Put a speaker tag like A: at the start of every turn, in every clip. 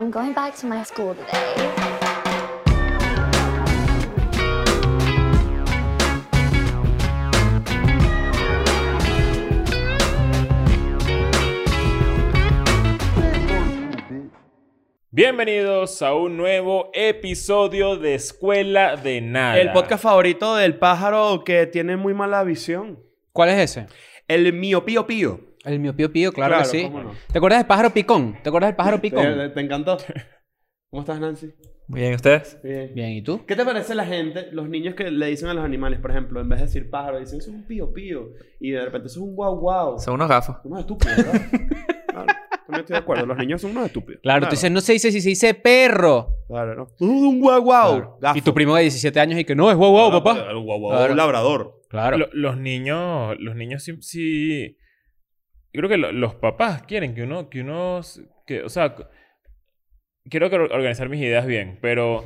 A: I'm going back to my school today.
B: Bienvenidos a un nuevo episodio de Escuela de Nada.
C: El podcast favorito del pájaro que tiene muy mala visión.
D: ¿Cuál es ese?
C: El miopío pío.
D: El miopío pío, claro,
C: Claro,
D: que sí.
C: cómo no.
D: ¿Te acuerdas del pájaro picón? ¿Te acuerdas del pájaro
C: ¿Te,
D: picón?
C: te encantó? ¿Cómo estás, Nancy?
E: Muy bien, ¿ustedes?
C: Bien.
D: Bien, ¿y tú?
C: ¿Qué te parece la gente, los niños que le dicen a los animales, por ejemplo, en vez de decir pájaro, dicen eso es un pío pío y de repente eso es un guau guau? Son
E: Son unos gafos.
C: unos estúpidos, ¿verdad? claro, también estoy de acuerdo, los niños son unos estúpidos.
D: Claro, tú dices, no se dice si se dice perro.
C: Claro, ¿no? Uh, un guau guau. Gafo.
D: Y tu primo de 17 años y que no, es guau guau,
C: Claro,
D: papá.
C: pero, guau, guau,
D: Claro.
C: Un labrador.
D: Claro.
B: Lo- los niños, los niños sí, sí- yo creo que lo- los papás quieren que uno, que uno, s- que, o sea, c- quiero que or- organizar mis ideas bien, pero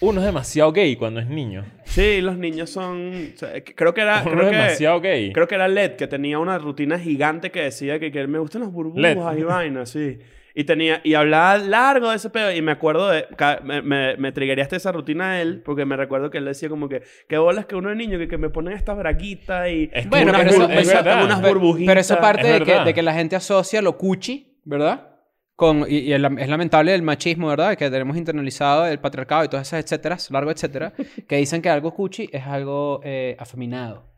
B: uno es demasiado gay cuando es niño.
C: Sí, los niños son. o sea, creo que era.
B: uno
C: creo
B: es
C: que-
B: demasiado gay.
C: Creo que era LED, que tenía una rutina gigante que decía que, que me gustan las burbujas
B: LED.
C: y vainas, sí. Y tenía, y hablaba largo de ese pedo. Y me acuerdo de, ca- me, me, me triggereaste esa rutina de él, porque me recuerdo que él decía como que, qué bolas que uno es niño, que, que me ponen estas braguitas y...
B: Es que
D: Bueno,
C: unas
D: pero
C: bur-
D: eso-
C: me
B: es
C: saltan
B: verdad.
C: unas
D: Pe-
C: burbujitas.
D: Pero eso parte
B: Es
D: de que,
B: verdad.
D: de que la gente asocia lo cuchi, ¿verdad? Con, y y el- es lamentable el machismo, ¿verdad? Que tenemos internalizado el patriarcado y todas esas etcéteras, largo etcétera, que dicen que algo cuchi es algo eh, afeminado.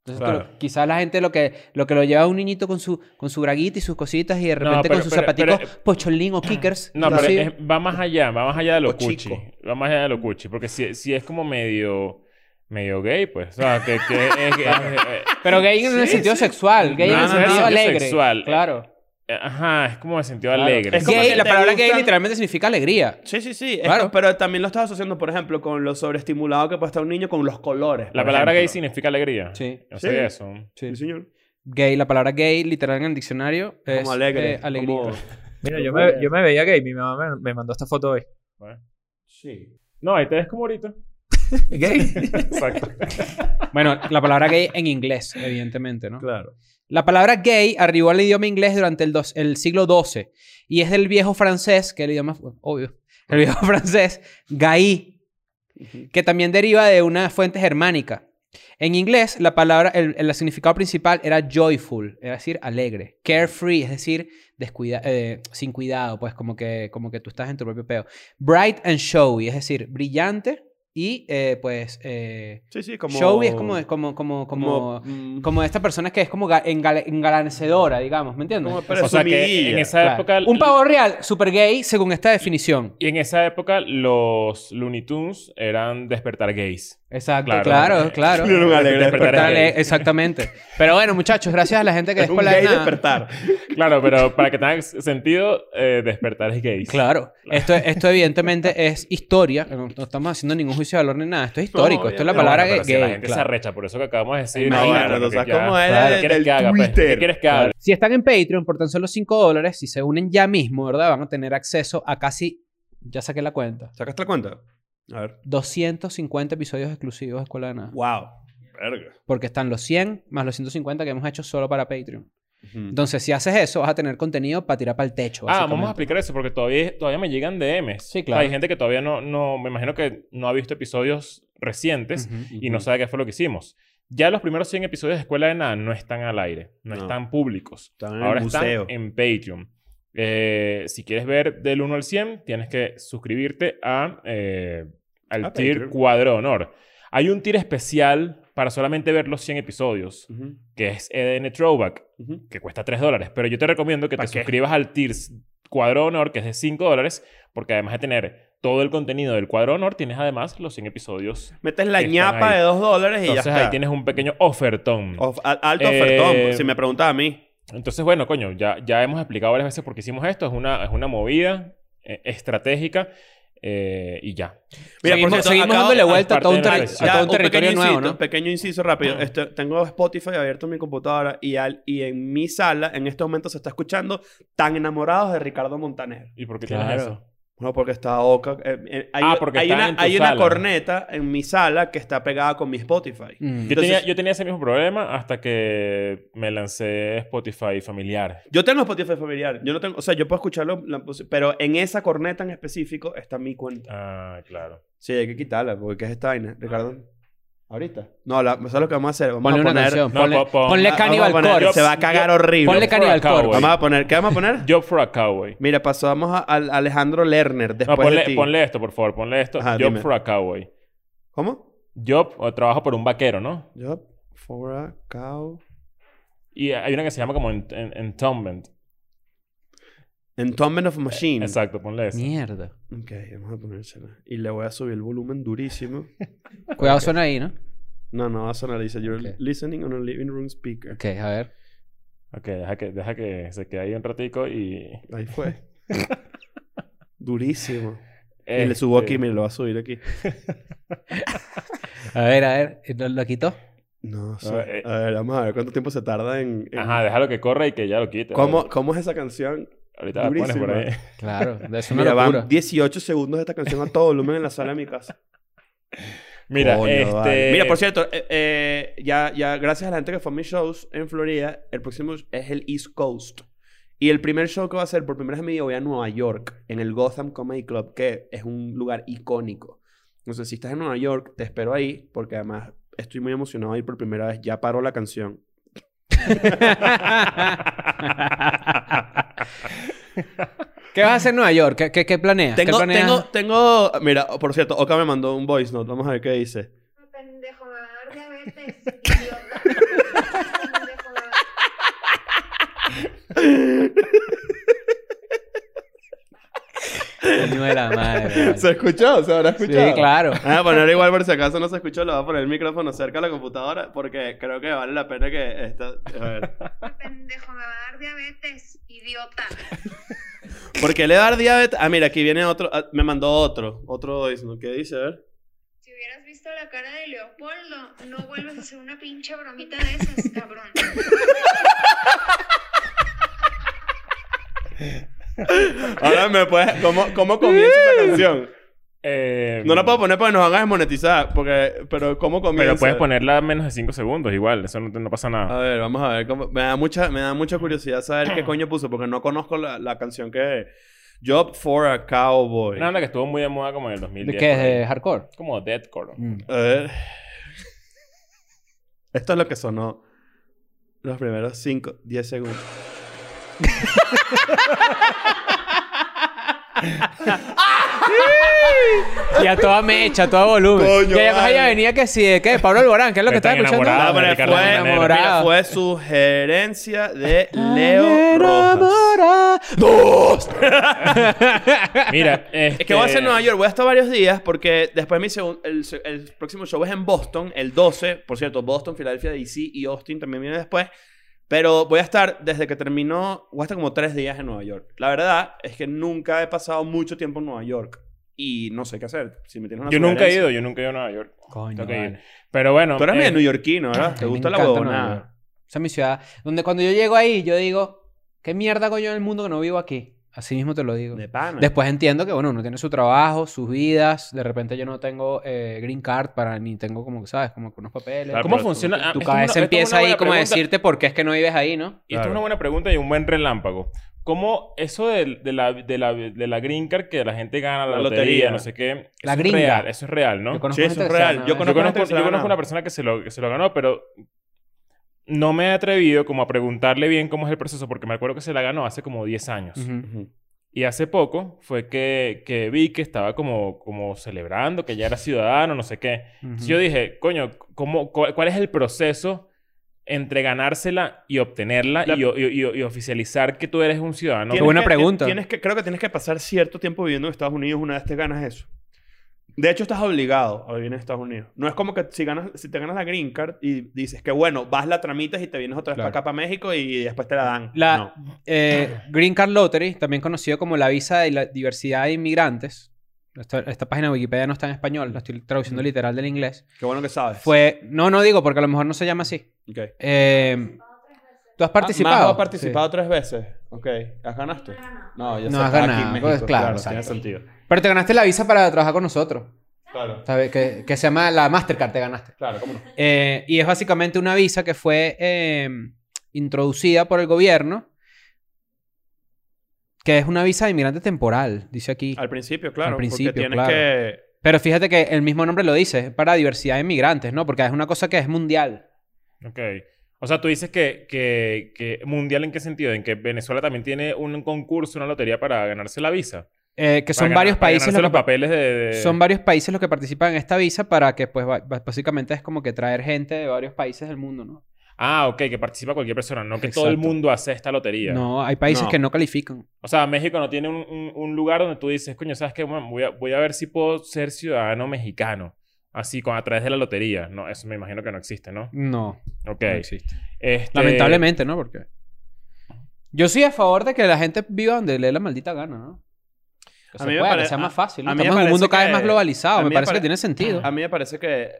D: Entonces,
B: Claro.
D: pero quizás la gente lo que, lo que lo lleva a un niñito con su, con su braguita y sus cositas y de repente
B: pero-
D: con sus
B: pero-
D: zapaticos
B: pero- eh,
D: pocholín o kickers.
B: No, pero
D: inclusive.
B: es- va más allá, va más allá de lo
C: O
B: cuchi.
C: chico.
B: Va más allá de lo cuchi, porque si, si es como medio, medio gay, pues, o sea, que, que es- es-
D: Pero gay en el sentido sexual, gay
B: No,
D: en el
B: no, no,
D: sentido
B: no,
D: alegre.
B: sexual.
D: Claro.
B: es- eh, ajá, es como de sentido
D: claro.
B: alegre.
C: Es como
D: Gay,
C: que
D: la
C: te
D: palabra gay
C: gustan-
D: literalmente significa alegría.
C: Sí, sí, sí. Es
D: Claro.
C: que- pero también lo estás asociando, por ejemplo, con lo sobreestimulado que puede estar un niño con los colores.
B: La
C: por
B: palabra gay
C: ejemplo.
B: significa alegría.
D: Sí.
B: No
C: Sí.
B: sabía eso.
C: Sí, señor.
D: Gay, la palabra gay literal en el diccionario es
C: Como alegre.
D: eh, alegría.
C: como-
E: Mira, yo me, yo me veía gay. Mi mamá me, me mandó esta foto hoy.
C: Sí.
B: No, ahí te ves como ahorita.
E: ¿Gay?
B: Exacto.
D: Bueno, la palabra gay en inglés, evidentemente, ¿no?
C: Claro.
D: La palabra gay arribó al idioma inglés durante el, dos- el siglo XII y es del viejo francés, que el idioma, bueno, obvio, el viejo francés, gai, que también deriva de una fuente germánica. En inglés, la palabra, el, el significado principal era joyful, es decir, alegre. Carefree, es decir, descuida- eh, sin cuidado, pues como que, como que tú estás en tu propio peo. Bright and showy, es decir, brillante y eh, pues... eh,
C: Sí, sí, como...
D: Showy es como, como, como, como,
C: mm,
D: como de esta persona que es como ga- engala- engalanecedora, digamos, ¿me entiendes?
C: como
B: o sea que en
C: presumidilla.
B: esa
D: Claro.
B: época.
D: Un pavo real, super gay, según esta definición.
B: Y en esa época los Looney Tunes eran despertar gays.
D: Exacto,
B: Claro.
D: claro, claro.
C: Era un alegre
B: Despertar
C: despertar.
B: es gay.
D: Dale, exactamente. Pero bueno, muchachos, gracias a la gente que
C: Es un
D: después la
C: gay
D: nada-
C: despertar.
B: Claro, pero para que tenga sentido, eh, despertar es gays.
D: Claro, esto, esto evidentemente es historia. No, no estamos haciendo ningún juicio de valor ni nada. Esto es histórico.
C: No,
D: esto es la
B: Pero
D: palabra
B: bueno, pero
D: gay.
B: si la gente se
D: claro.
B: arrecha, por eso que acabamos de decir.
C: Imagínate,
B: bueno,
C: o sea,
B: que ya-
C: ¿cómo era
B: ¿Qué
C: el-
B: quieres
C: el
B: que haga? pues? ¿Qué
C: Twitter?
B: quieres que
D: Claro.
B: haga?
D: Si están en Patreon por tan solo 5 dólares, si se unen ya mismo, ¿verdad? Van a tener acceso a casi, ya saqué la cuenta,
C: ¿Sacaste la cuenta? A ver.
D: 250 episodios exclusivos de Escuela de Nada.
C: Wow. Verga.
D: Porque están los 100 más los 150 que hemos hecho solo para Patreon. Entonces, si haces eso, vas a tener contenido para tirar para el techo.
B: Ah, vamos a
D: básicamente.
B: explicar eso porque todavía, todavía me llegan DMs.
D: Sí, claro.
B: Hay gente que todavía no, no, me imagino que no ha visto episodios recientes y no sabe qué fue lo que hicimos. Ya los primeros 100 episodios de Escuela de Nada no están al aire, no,
C: No.
B: están públicos.
C: Están en el
B: Ahora
C: museo.
B: están en Patreon. Eh, si quieres ver del 1 al 100, tienes que suscribirte a, eh, al
C: A
B: tier
C: Patreon.
B: Cuadro de Honor. Hay un tier especial para solamente ver los 100 episodios,
C: Ujú,
B: que es EDN Throwback,
C: ujú.
B: que cuesta 3 dólares. Pero yo te recomiendo que te
C: ¿Pa qué?
B: suscribas al tier Cuadro de Honor, que es de 5 dólares, porque además de tener todo el contenido del Cuadro de Honor, tienes además los 100 episodios.
C: Metes la
B: Están
C: ñapa
B: ahí.
C: de dos dólares y
B: Entonces
C: ya está.
B: ahí tienes un pequeño ofertón.
C: Of- al- alto
B: Eh,
C: ofertón, pues, si me preguntas a mí.
B: Entonces, bueno, coño, ya, ya hemos explicado varias veces por qué hicimos esto. Es una, es una movida eh, estratégica eh, y ya.
C: Mira, por
D: seguimos
C: cierto,
D: seguimos
C: acabo-
D: dándole
B: al
D: vuelta a todo un,
B: parte de
D: terri-
B: la-
D: a
B: ya,
D: todo un territorio
C: pequeño
D: nuevo,
C: inciso,
D: ¿no?
C: pequeño inciso rápido.
B: Ah.
C: Este, tengo Spotify abierto en mi computadora y, al, y en mi sala en este momento se está escuchando Tan enamorados de Ricardo Montaner.
B: ¿Y por qué
D: Claro.
B: tienes eso?
C: No, porque está Oca. eh, eh, hay
B: Ah, porque
C: hay
B: está
C: una,
B: en tu
C: hay una
B: sala.
C: corneta en mi sala que está pegada con mi Spotify.
B: Yo,
D: Mm.
B: tenía,
C: Entonces-
B: yo tenía ese mismo problema hasta que me lancé Spotify familiar.
C: Yo tengo Spotify familiar. Yo no tengo, o sea, yo puedo escucharlo, la pos- pero en esa corneta en específico está mi cuenta.
B: Ah, claro.
C: Sí, hay que quitarla, porque ¿qué es esta vaina, Ricardo? Ahorita. No, la, ¿sabes lo que vamos a hacer? Vamos
D: Ponle
C: a
D: una
C: poner,
D: canción.
B: No,
D: Ponle,
B: po- pon-
D: ponle
C: Ah, vamos
D: Cannibal
C: a poner-
D: Corpse.
C: Se va a cagar horrible.
D: Ponle
B: Job for a
D: Cannibal
B: Cowboy.
D: Corpse.
C: Vamos a poner, ¿qué vamos a poner?
B: Job for a Cowboy.
C: Mira, pasamos a, al Alejandro Lerner
B: No,
C: después de
B: ponle,
C: ti.
B: ponle esto, por favor, ponle esto.
C: Ajá,
B: Job
C: dime.
B: for a Cowboy.
C: ¿Cómo?
B: Job, o trabajo por un vaquero, ¿no?
C: Job for a cow.
B: Y hay una que se llama como en- en- Entombment.
C: Entombment of Machine.
B: Exacto, ponle eso.
D: Mierda.
C: Ok, vamos a ponérsela. Y le voy a subir el volumen durísimo.
D: Cuidado, suena ahí, ¿no?
C: No, no, va a sonar. Dice, you're
D: Ok.
C: listening on a living room speaker.
D: Ok, a ver.
B: Ok, deja que, deja que se quede ahí un ratico y...
C: Ahí fue. Durísimo. Y
B: Este,
C: le subo aquí, mira, lo va a subir aquí.
D: A ver, a ver. ¿Lo, lo quitó?
C: No, sé.
B: Ah, eh.
C: A ver, vamos a ver cuánto tiempo se tarda en... en-
B: Ajá, déjalo que corra y que ya lo quite.
C: ¿Cómo, ¿Cómo es esa canción?
B: Ahorita la pones por
C: Durísima.
B: ahí.
D: Claro, es una
C: Mira,
D: locura.
C: van 18 segundos de esta canción a todo volumen en la sala de mi casa.
B: Mira,
C: Coño,
B: este...
C: vale. Mira, por cierto, eh, eh, ya, ya gracias a la gente que fue a mis shows en Florida, el próximo es el East Coast. Y el primer show que va a hacer por primera vez en mi vida voy a Nueva York, en el Gotham Comedy Club, que es un lugar icónico. Entonces, si estás en Nueva York, te espero ahí, porque además estoy muy emocionado de ir por primera vez. Ya paró la canción.
D: ¿Qué vas a hacer en Nueva York? ¿Qué, qué, qué planeas? ¿Qué
C: Tengo,
D: planeas?
C: tengo, tengo, mira, por cierto, Oka me mandó un voice note, vamos a ver qué dice.
A: Pendejo, me va a dar diabetes. idiota. Pendejo, me va a-
D: Coño de la madre. vale.
C: ¿Se escuchó? ¿Se habrá
D: Sí,
C: escuchado?
D: claro.
C: Voy a poner igual por si acaso no se escuchó, lo voy a poner el micrófono cerca a la computadora porque creo que vale la pena que esta... A ver.
A: Pendejo, me va a dar diabetes. Idiota.
C: Porque le dar diabetes... Ah, mira, aquí viene otro... ah, me mandó otro. Otro voice, ¿no? ¿Qué dice? A ver.
A: Si hubieras visto la cara de Leopoldo, no vuelves a hacer una pinche bromita de esas, cabrón.
C: Ahora me puedes... ¿Cómo, cómo comienza esa canción?
B: eh,
C: No la puedo poner porque nos van a desmonetizar. Porque... Pero ¿cómo comienza?
B: Pero puedes ponerla a menos de 5 segundos igual. Eso no, te- no pasa
C: A
B: nada.
C: ver, vamos a ver. cómo- Me, da mucha, me da mucha curiosidad saber qué coño puso porque no conozco la, la canción que... Job for a Cowboy.
B: Una onda que estuvo muy de moda como en el
D: ¿De
B: 2010.
D: qué es?
B: por ahí.
D: ¿De hardcore?
B: Como deathcore.
D: Mm.
C: A ver. Esto es lo que sonó los primeros 5, 10 segundos.
D: Y a toda mecha, a todo volumen.
C: Coño,
D: y además
C: vale.
D: ella venía que sí, ¿de qué? Pablo Alborán, ¿qué es lo que
B: Están
D: estaba escuchando?
B: enamorados. Ah,
C: Ah, pero
B: Ricardo
C: fue,
B: Montaner.
C: mira,
D: Enamorado.
C: fue sugerencia de
D: Ay,
C: Ah, Leo Rojas.
D: enamorada. ¡Dos!
B: Mira, este...
C: Es que voy a hacer Nueva York, voy a estar varios días porque después mi segun- el, se- el próximo show es en Boston, el 12, por cierto, Boston, Filadelfia, DC y Austin también viene después. Pero voy a estar, desde que terminó, voy a estar como tres días en Nueva York. La verdad es que nunca he pasado mucho tiempo en Nueva York y no sé qué hacer. Si me tienes una
B: Yo nunca he
C: sugerencia-
B: ido. Yo nunca he ido a Nueva York.
D: Coño,
B: Tengo que ir.
D: vale.
B: Pero bueno...
C: Tú eres
B: eh,
C: medio neoyorquino, ¿verdad? Ah, Te
D: Ay, me
C: gusta la
D: encanta Nueva
C: huevonada.
D: York. Esa es mi ciudad. Donde cuando yo llego ahí, yo digo, ¿qué mierda hago yo en el mundo que no vivo aquí? Así mismo te lo digo.
C: De pana.
D: Después entiendo que, bueno, uno tiene su trabajo, sus vidas. De repente yo no tengo eh, green card para ni tengo como, ¿sabes? Como que unos papeles.
C: Claro,
B: ¿Cómo
C: pero-
B: funciona? Ah, esto
D: tu
B: es una-
D: cabeza
B: esto es
D: empieza
B: una
D: ahí
B: buena
D: como a
B: pregunta.
D: decirte por qué es que no vives ahí, ¿no?
B: Y esto es
C: Claro.
B: una buena pregunta y un buen relámpago. ¿Cómo eso de, de la, de, la, de la green card que la gente gana la,
C: La
B: lotería,
C: lotería.
B: no sé qué? eso
D: La
B: es
D: gringa.
B: real, eso es real, ¿no?
D: Yo
B: Yo
D: conozco
C: Sí,
D: gente
C: eso es
D: que se
C: real.
D: gana
C: Yo
D: de-
C: conozco-
B: conozco,
C: gente que se la
B: yo
C: ha
B: conozco
C: ganado.
B: una persona que se, lo, que se lo ganó, pero no me he atrevido como a preguntarle bien cómo es el proceso, porque me acuerdo que se la ganó hace como 10 años.
D: Ujú.
B: Y hace poco fue que, que vi que estaba como, como celebrando, que ya era ciudadano, no sé qué. Entonces Yo
D: Ujú.
B: dije, coño, ¿cómo, cu- ¿cuál es el proceso entre ganársela y obtenerla
C: La-
B: y, o- y- y- y oficializar que tú eres un ciudadano?
C: Tienes
D: Qué buena
C: que-
D: pregunta.
C: Tienes que, creo que tienes que pasar cierto tiempo viviendo en Estados Unidos una vez te ganas eso. De hecho, estás obligado a vivir en Estados Unidos. No es como que si, ganas, si te ganas la green card y dices que bueno, vas, la tramitas y te vienes otra vez
D: Claro.
C: para acá, para México y después te la dan.
D: La
C: No.
D: eh, Green Card Lottery, también conocido como la visa de la diversidad de inmigrantes. Esta, esta página de Wikipedia no está en español, la estoy traduciendo literal del inglés.
C: Qué bueno que sabes.
D: Fue, no, no digo porque a lo mejor no se llama así.
C: Ok.
D: Eh, ¿Tú has participado?
C: Majo ha Ah, participado tres veces. Ok. ¿Has ganaste? No, ya sé,
D: No has
C: está aquí en
D: ganado,
C: México,
D: pues, claro,
C: tiene
D: exacto.
C: sentido.
D: Sí. Pero te ganaste la visa para trabajar con nosotros.
C: Claro,
D: ¿sabes? Que, que se llama la Mastercard, te ganaste.
C: claro, cómo no.
D: Eh, y es básicamente una visa que fue eh, introducida por el gobierno, que es una visa de inmigrante temporal, dice aquí.
C: Al principio, claro.
D: Al principio,
C: porque tienes
D: claro.
C: que.
D: Pero fíjate que el mismo nombre lo dice, es para diversidad de inmigrantes, ¿no? Porque es una cosa que es mundial.
B: Ok. O sea, tú dices que, que, que mundial en qué sentido? En que Venezuela también tiene un concurso, una lotería para ganarse la visa.
D: Eh, que
B: Para
D: son
B: ganar-
D: varios
B: para
D: países
B: ganarse
D: los
B: los
D: que pa-
B: papeles de, de-
D: son varios países los que participan en esta visa para que pues va- básicamente es como que traer gente de varios países del mundo, ¿no?
B: Ah, ok, que participa cualquier persona, no que todo el
D: Exacto.
B: mundo hace esta lotería.
D: No, hay países
C: No.
D: que no califican.
B: O sea, México no tiene un, un- un lugar donde tú dices, coño, ¿sabes qué? Bueno, voy, a, voy a ver si puedo ser ciudadano mexicano. Así, con, a través de la lotería. No, eso me imagino que no existe, ¿no?
D: No,
C: Eh,
B: Ok.
D: no existe.
B: Este-
D: Lamentablemente, ¿no? Porque yo soy a favor de que la gente viva donde le dé la maldita gana, ¿no? Que
C: A
D: se
C: mí me
D: pueda, que
C: pare-
D: sea más
C: a-
D: fácil. ¿no?
C: a mí me
D: Estamos en un mundo
C: parece
D: cada vez más
C: que-
D: globalizado.
C: a
D: Me
C: mí me
D: parece
C: pare-
D: que tiene sentido.
C: A mí me parece que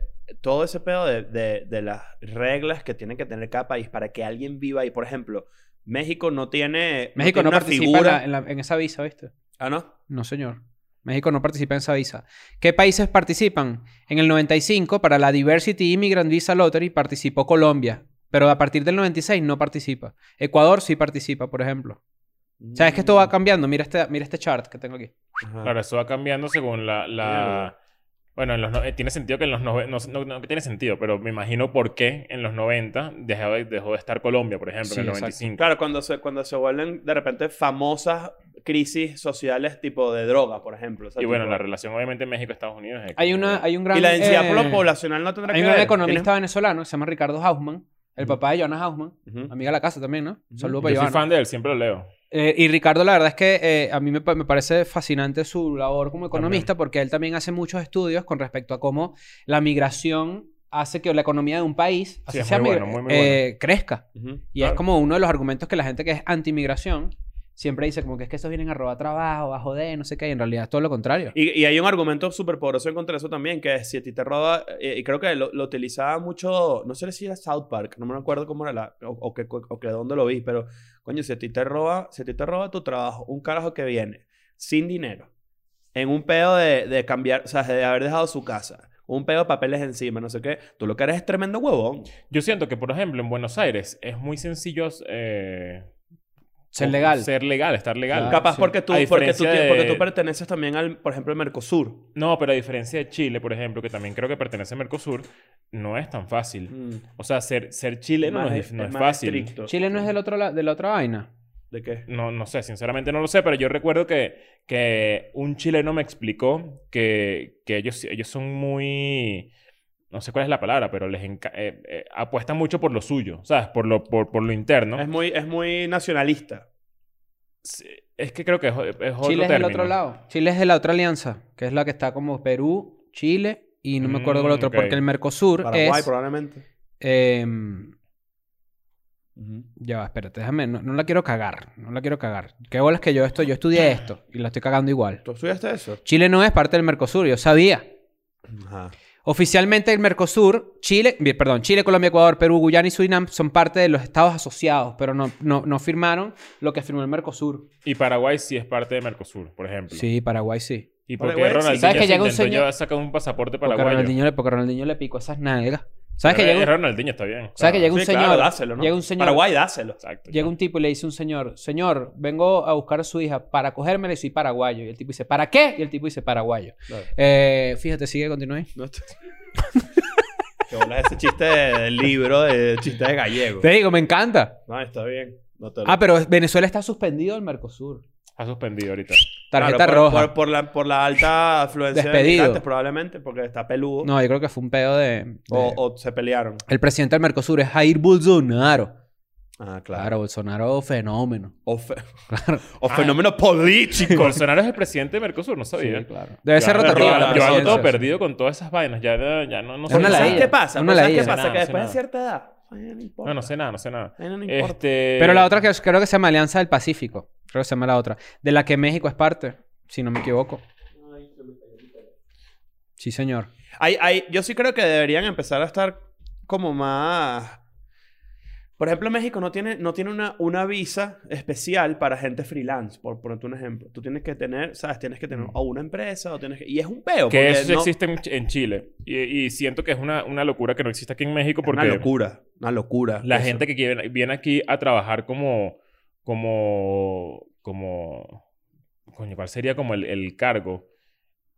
C: todo ese pedo de, de- de las reglas que tiene que tener cada país para que alguien viva y, por ejemplo, México no tiene.
D: México
C: tiene
D: no
C: una
D: participa en
C: figura.
D: la- en, la- en esa visa, ¿viste?
C: Ah, no.
D: No, señor. México no participa en esa visa. ¿Qué países participan? En el 95, para la Diversity Immigrant Visa Lottery, participó Colombia. Pero a partir del 96 no participa. Ecuador sí participa, por ejemplo. ¿Sabes que esto
C: Mm.
D: va cambiando? Mira este, mira este chart que tengo aquí.
C: Ajá.
B: Claro, eso va cambiando según la... la...
C: Mierda.
B: Bueno, en los no- eh, tiene sentido que en los 90... No, no, no que tiene sentido, pero me imagino por qué en los 90 dejó de, dejó de estar Colombia, por ejemplo,
D: Sí,
B: en el
D: exacto.
B: 95.
C: Claro, cuando se, cuando se vuelven de repente famosas crisis sociales tipo de droga, por ejemplo. o sea,
B: Y bueno,
C: tipo-
B: la relación obviamente México-Estados Unidos... es
D: Hay,
B: como-
D: una, hay un gran...
C: y la densidad
D: eh,
C: poblacional no tendrá
D: Hay
C: que
D: un gran
C: ver.
D: economista
C: Tienes-
D: venezolano que se llama Ricardo Hausman.
C: Mm.
D: El papá de Johanna Hausman.
C: Ujú.
D: Amiga de la casa también, ¿no?
C: Ujú.
D: Saludos para
B: Yo soy
D: Johanna.
B: fan de él, siempre lo leo.
D: Eh, y Ricardo, la verdad es que eh, a mí me, pa- me parece fascinante su labor como economista porque él también hace muchos estudios con respecto a cómo la migración hace que la economía de un país así
B: es
D: sea
B: muy
D: migra-
B: bueno, muy, muy
D: eh, crezca.
C: Ujú.
D: Y
B: Claro.
D: es como uno de los argumentos que la gente que es antimigración siempre dice como que es que estos vienen a robar trabajo, a joder, no sé qué, y en realidad es todo lo contrario.
C: Y, y hay un argumento súper poderoso en contra de eso también, que es si a ti te roba, eh, y creo que lo, lo utilizaba mucho, no sé si era South Park, no me acuerdo cómo era la, o, o que, o que dónde lo vi, pero coño, si a ti te roba, si a ti te roba tu trabajo, un carajo que viene sin dinero, en un pedo de, de cambiar, o sea, de haber dejado su casa, un pedo de papeles encima, no sé qué, tú lo que eres es tremendo huevón.
B: Yo siento que, por ejemplo, en Buenos Aires es muy sencillo eh,
D: Ser legal.
B: Ser legal, estar legal.
D: Claro.
C: Capaz
D: sí.
C: porque, tú,
B: Ah, A
C: porque, tú,
B: diferencia
C: tienes- porque tú
B: de-
C: perteneces también al, por ejemplo, al Mercosur.
B: No, pero a diferencia de Chile, por ejemplo, que también creo que pertenece a Mercosur, no es tan fácil.
C: Mm.
B: O sea, ser, ser chileno
C: Más
B: no
C: es-
B: es, no
C: es
B: es
C: más
B: fácil.
C: estricto.
D: Chile no es del otro la- de la otra vaina.
C: ¿De qué?
B: No, no sé, sinceramente no lo sé, pero yo recuerdo que, que un chileno me explicó que, que ellos, ellos son muy... No sé cuál es la palabra, pero les enca- eh, eh, apuestan mucho por lo suyo, ¿sabes? Por lo, por, por lo interno.
C: Es muy, es muy nacionalista.
B: Sí, Es, que creo que es, o- es otro
D: Chile es del otro
B: término.
D: lado. Chile es de la otra alianza, que es la que está como Perú, Chile y no me acuerdo cuál
B: Mm,
D: otro,
B: ok.
D: porque el Mercosur
C: Paraguay,
D: es...
C: probablemente.
D: em, Ya va, espérate, déjame, no, no la quiero cagar, no la quiero cagar. Qué bolas que yo esto, yo estudié esto y la estoy cagando igual.
C: ¿Tú estudiaste eso?
D: Chile no es parte del Mercosur, yo sabía.
C: Ajá.
D: Oficialmente el Mercosur, Chile, bien, perdón, Chile, Colombia, Ecuador, Perú, Guyana y Surinam son parte de los estados asociados, pero no, no, no firmaron lo que firmó el Mercosur.
B: Y Paraguay sí es parte de Mercosur, por ejemplo.
D: Sí, Paraguay sí.
B: ¿Y por qué
C: Paraguay sí.
B: Ronaldinho
D: ¿Sabes que
B: se
D: llega un
B: intentó
D: señor-
B: llevar- sacar un pasaporte
D: Porque
B: paraguayo?
D: Ronaldinho, le- porque Ronaldinho le picó esas nalgas. ¿Sabes que
B: Pero
D: llega
B: es
D: un,
B: Ronaldinho está bien.
D: ¿sabes que llega un
C: Sí,
D: señor?
C: claro, dáselo, ¿no?
D: Llega un señor.
C: Paraguay, dáselo.
B: Exacto.
D: Llega un tipo y le dice a un señor, señor, vengo a buscar a su hija para cogérmela y soy paraguayo. Y el tipo dice, ¿para qué? Y el tipo dice, paraguayo.
C: Claro.
D: Eh, fíjate, sigue, continúe.
C: No te- Que bolas ese chiste del libro, de chiste de gallego.
D: Te digo, me encanta.
C: No, está bien. No te lo-
D: Ah, pero Venezuela está suspendido del Mercosur.
B: Está suspendido ahorita.
D: Tarjeta
C: Claro, por-
D: roja.
C: Por, por la, por la alta afluencia de
D: Despedido.
C: migrantes, probablemente, porque está peludo.
D: No, yo creo que fue un pedo de... de-
C: O, o se pelearon.
D: El presidente del Mercosur es Jair Bolsonaro.
C: Ah,
D: Claro, Bolsonaro fenómeno.
C: O, fe-
D: Claro.
C: o fenómeno político.
B: Bolsonaro es el presidente de Mercosur, no sabía.
D: claro. Debe ser
B: Yo-
D: rotativo.
B: Yo,
D: la
B: yo ando
D: presidencia,
B: todo
D: sí.
B: perdido con todas esas vainas. Ya, ya no, no
D: Es
B: sé
D: una
B: nada.
C: ¿Sabes
D: ladilla.
C: qué pasa?
D: Una
C: Pero ¿Sabes
D: ladilla.
C: qué pasa?
B: No sé
C: que
B: nada,
C: después
B: no sé
C: de cierta edad... ay, no importa.
B: No, no sé nada, no sé nada.
C: Ay, no importa.
B: Este...
D: Pero la otra que es- creo que se llama Alianza del Pacífico. Creo que se llama la otra. De la que México es parte, si no me equivoco. Sí, señor.
C: Hay- hay- yo sí creo que deberían empezar a estar como más. Por ejemplo, México no tiene, no tiene una, una visa especial para gente freelance, por ponerte un ejemplo. Tú tienes que tener, ¿sabes? Tienes que tener o una empresa o tienes que... Y es un peo.
B: Que
C: porque
B: eso
C: no-
B: existe en, Ch- en Chile. Y, y siento que es una, una locura que no existe aquí en México
C: es
B: porque
C: una locura, una locura.
B: la
C: eso.
B: gente que quiere- viene aquí a trabajar como. como. como. Coño, ¿cuál sería como el, el cargo?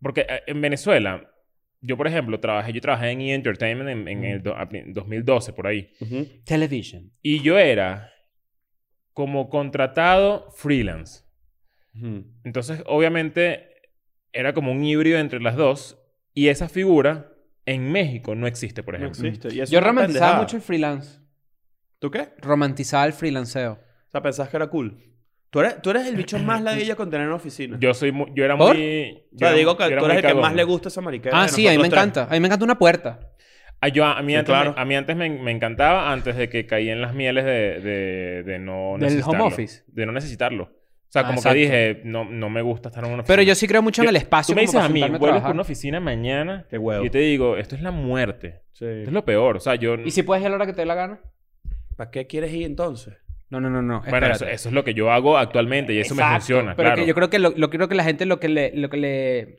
B: Porque eh, en Venezuela, yo por ejemplo, trabajé, yo trabajé en E! Entertainment en, en
C: Mm.
B: el do- a pri- 2012, por ahí.
C: Ujú.
D: Television.
B: Y yo era como contratado freelance.
C: Ujú.
B: Entonces, obviamente, era como un híbrido entre las dos. Y esa figura en México no existe, por
C: No
B: ejemplo.
C: existe. Y eso
D: Yo
C: es una
D: romantizaba
C: pendejada.
D: mucho el freelance.
C: ¿Tú qué?
D: Romantizaba el freelanceo.
C: O sea, pensabas que era cool. Tú eres, tú eres el bicho más ladilla con tener una oficina.
B: Yo soy mu- yo era
D: ¿Por?
B: muy.
C: o
B: Yo
C: sea,
B: era-
C: digo que
B: yo era
C: tú
B: muy
C: eres el que
B: cagón.
C: más le gusta esa mariquera.
D: Ah,
C: de
D: sí, a mí me
C: nosotros tres.
D: encanta. A mí me encanta una puerta.
B: Ah, yo- a mí
C: Sí,
B: antes, me-
C: claro.
B: a mí antes me, me encantaba, antes de que caí en las mieles de, de, de no
D: Del home
B: necesitarlo.
D: office.
B: De no necesitarlo. O sea,
D: Ah,
B: como
D: exacto.
B: que dije, no, no me gusta estar en una oficina.
D: Pero yo sí creo mucho en
B: Yo-
D: el espacio.
B: Tú me
D: como
B: dices
D: para
B: a mí,
D: sentarme a
B: vuelves
D: trabajar.
B: por una oficina mañana
C: Qué huevo.
B: y te digo, esto es la muerte. Esto es lo peor. O sea, yo.
D: ¿Y si puedes ir a la hora que te dé la gana?
C: ¿Para qué quieres ir entonces?
D: No, no, no, no.
B: bueno, eso, eso es lo que yo hago actualmente y eso me funciona.
D: Pero
B: Ah, claro.
D: que yo creo que lo, lo- creo que la gente lo que le, lo que le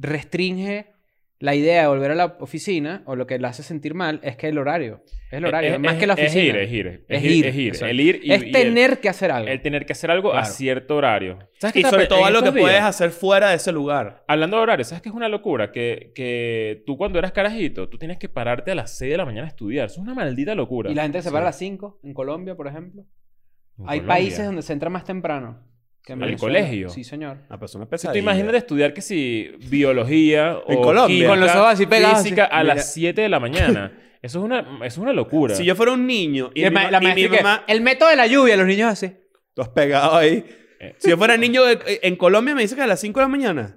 D: restringe la idea de volver a la oficina o lo que la hace sentir mal es que el horario. Es el horario, más que la oficina.
B: Eh, Es ir, es ir.
D: Es
B: Es
D: ir,
B: ir, es ir.
D: exacto.
B: El ir y,
D: Es
B: y el-
D: tener que hacer algo.
B: el, tener que hacer algo a
D: Claro.
B: cierto horario. ¿Sabes qué
C: Y
B: estaba
C: sobre
B: pe-
C: todo
B: en
C: lo que
B: estos días?
C: puedes hacer fuera de ese lugar.
B: Hablando de horarios, ¿sabes qué es una locura? Que, que tú cuando eras carajito, tú tienes que pararte a las 6 de la mañana a estudiar. Eso es una maldita locura.
D: Y la gente se
B: Sí.
D: para a las 5 en Colombia, por ejemplo.
B: En
D: Hay
B: Colombia.
D: países donde se entra más temprano. que en
B: ¿Al
D: Venezuela.
B: colegio?
D: Sí, señor.
C: Una persona
B: Si
C: pesadilla.
B: tú imagínate estudiar que si biología o
C: En Colombia.
B: química,
C: Con
D: los ojos así pegados,
B: física
D: así.
B: a
C: Mira.
B: las 7 de la mañana. Eso es una, eso es una locura.
C: Si yo fuera un niño y,
D: Y el
C: mi,
D: ma-
C: ma-
D: la
C: y mi
D: maestra que, eh.
C: mamá...
D: El método de la lluvia, los niños así.
C: Tú has pegado ahí.
B: Eh.
C: Si yo fuera niño de- eh, en Colombia me dice que a las 5 de la mañana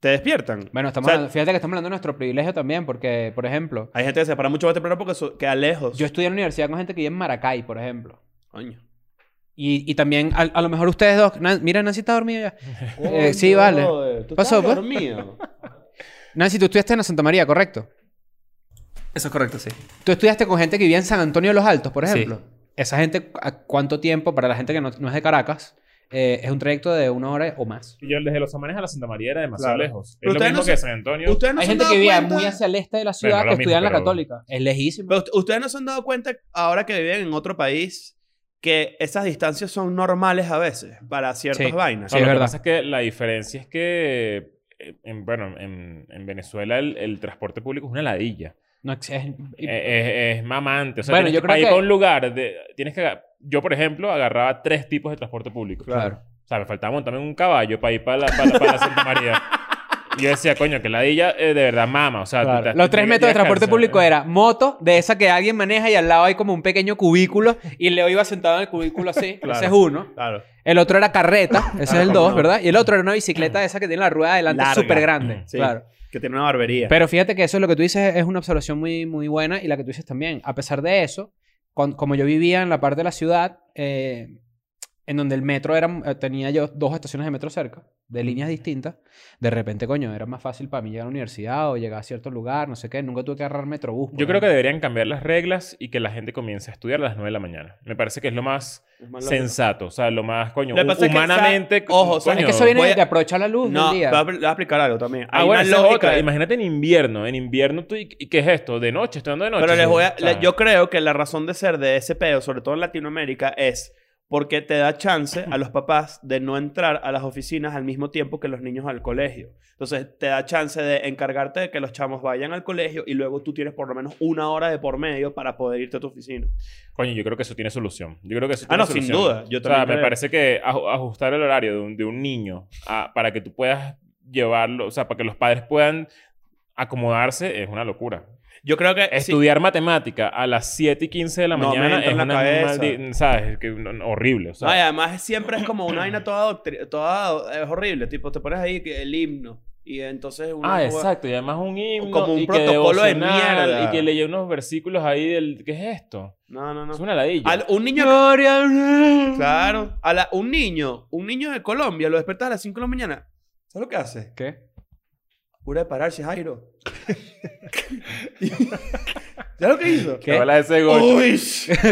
C: te despiertan.
D: Bueno, estamos
C: O sea,
D: hablando- fíjate que estamos hablando de nuestro privilegio también, porque, por ejemplo,
C: Hay gente que se para mucho más temprano porque so- queda lejos.
D: yo estudié en la universidad con gente que vive en Maracay, por ejemplo.
C: Coño.
D: Y, y también, a, a lo mejor ustedes dos. Nan- mira, Nancy está dormida ya. Eh, sí,
C: Coño,
D: vale.
C: brother, tú
D: Pasó,
C: estabas
D: pues.
C: dormido.
D: Nancy, tú estudiaste en la Santa María, ¿correcto?
E: Eso es correcto, sí.
D: Tú estudiaste con gente que vivía en San Antonio de los Altos, por
E: Sí.
D: ejemplo. Esa gente, ¿a cuánto tiempo? Para la gente que no, no es de Caracas, eh, es un trayecto de una hora o más.
B: Yo desde Los Amanes a la Santa María era demasiado
C: Claro.
B: lejos.
C: Pero
B: Es lo
C: ustedes
B: mismo
C: no
B: que
C: se-
B: San Antonio.
C: Ustedes no
D: Hay
C: se han
D: gente
C: dado
D: que vivía
C: cuenta-
D: muy hacia el este de la
B: Bueno,
D: ciudad
B: no
D: que
B: lo
D: estudia en la
B: mismo, pero-
D: Católica. Es lejísimo.
C: Pero ust- ustedes no se han dado cuenta, ahora que viven en otro país, que esas distancias son normales a veces para ciertas
D: Sí.
C: vainas.
D: Sí.
B: No,
D: es
B: lo
D: verdad.
B: que pasa es que la diferencia es que, eh, en, bueno, en, en Venezuela el, el transporte público es una ladilla.
D: No, es- es-
B: Eh, eh, es, mamante. O sea,
D: Bueno,
B: tienes
D: yo
B: que,
D: creo
B: para ir
D: que-
B: a un lugar, de- tienes que... aga- Yo, por ejemplo, agarraba tres tipos de transporte público.
D: Claro.
B: O sea, me faltaba montarme en un caballo para ir para la, para, la- para la Santa María. Y yo decía, coño, que ladilla eh, de verdad mama.
C: Ah,
B: O sea, tú
D: Claro.
B: te-
D: Los
B: tú
D: tres
B: llegas-
D: métodos de
B: llegas
D: transporte
B: cansado.
D: público era moto, de esa que alguien maneja y al lado hay como un pequeño cubículo y Leo iba sentado en el cubículo así.
C: Claro.
D: Ese es uno.
C: Claro.
D: El otro era carreta, ese es el
C: cómo
D: dos,
C: no.
D: ¿verdad? Y el otro era una bicicleta de esa que tiene la rueda adelante
C: Larga.
D: súper grande.
C: Sí.
D: Claro.
C: Que tiene una barbería.
D: Pero fíjate que eso lo que tú dices es una observación muy, muy buena y la que tú dices también. A pesar de eso, con- como yo vivía en la parte de la ciudad, eh, en donde el metro era, eh, tenía yo dos estaciones de metro cerca, de líneas distintas, de repente, coño, era más fácil para mí llegar a la universidad o llegar a cierto lugar, no sé qué. Nunca tuve que agarrar metrobús. por
B: Yo creo que
D: ejemplo.
B: deberían cambiar las reglas y que la gente comience a estudiar a las 9 de la mañana. Me parece que es lo más
C: Es más lógico.
B: sensato. O sea, lo más, coño,
C: Lo que pasa es que,
B: humanamente...
C: o sea, ojo, o sea,
D: Es que
B: coño.
D: eso viene
C: voy
D: de
C: a-
D: que aprovechar la luz
C: No,
D: del día.
C: le voy a- le voy a explicar algo también.
B: Ah,
C: Hay
B: bueno,
C: una
B: esa es
C: lógica
B: otra.
C: de-
B: Imagínate en invierno. En invierno, tú, ¿y y qué es esto? ¿De noche? ¿Estoy andando de noche?
C: Pero les
B: Sí,
C: voy a-
B: o sea,
C: le- yo creo que la razón de ser de ese pedo, sobre todo en Latinoamérica, es porque te da chance a los papás de no entrar a las oficinas al mismo tiempo que los niños al colegio. Entonces te da chance de encargarte de que los chamos vayan al colegio y luego tú tienes por lo menos una hora de por medio para poder irte a tu oficina.
B: Coño, yo creo que eso tiene solución. Yo creo que eso
C: Ah,
B: tiene
C: no, sin
B: solución.
C: duda. Yo
B: o sea,
C: también
B: me
C: creo.
B: parece que aj- ajustar el horario de un, de un niño a- para que tú puedas llevarlo... O sea, para que los padres puedan acomodarse es una locura.
C: Yo creo que... sí.
B: Estudiar matemática a las 7 y 15 de la
C: No, me
B: mañana
C: entra
B: es
C: en la
B: una
C: cabeza.
B: maldi- ¿Sabes? Que, no- no, horrible. O sea,
C: Ay, además siempre es como una vaina toda, doctri- toda es horrible, tipo te pones ahí que el himno y entonces una
B: Ah,
C: jugada-
B: exacto. Y además un himno.
C: como un
B: y que
C: protocolo de
B: devocional,
C: mierda.
B: Y que leía unos versículos ahí del... ¿Qué es esto?
C: No, no, no.
B: Es una ladilla.
C: Al- un niño
D: Gloria al Rey.
C: Claro. A la- un niño, un niño de Colombia, lo despiertas a las 5 de la mañana. ¿Sabes lo que hace?
D: ¿Qué?
C: Cura de pararse, Jairo. ¿Ya lo que hizo?
B: Te bolas ese gocho.
C: ¡Uy!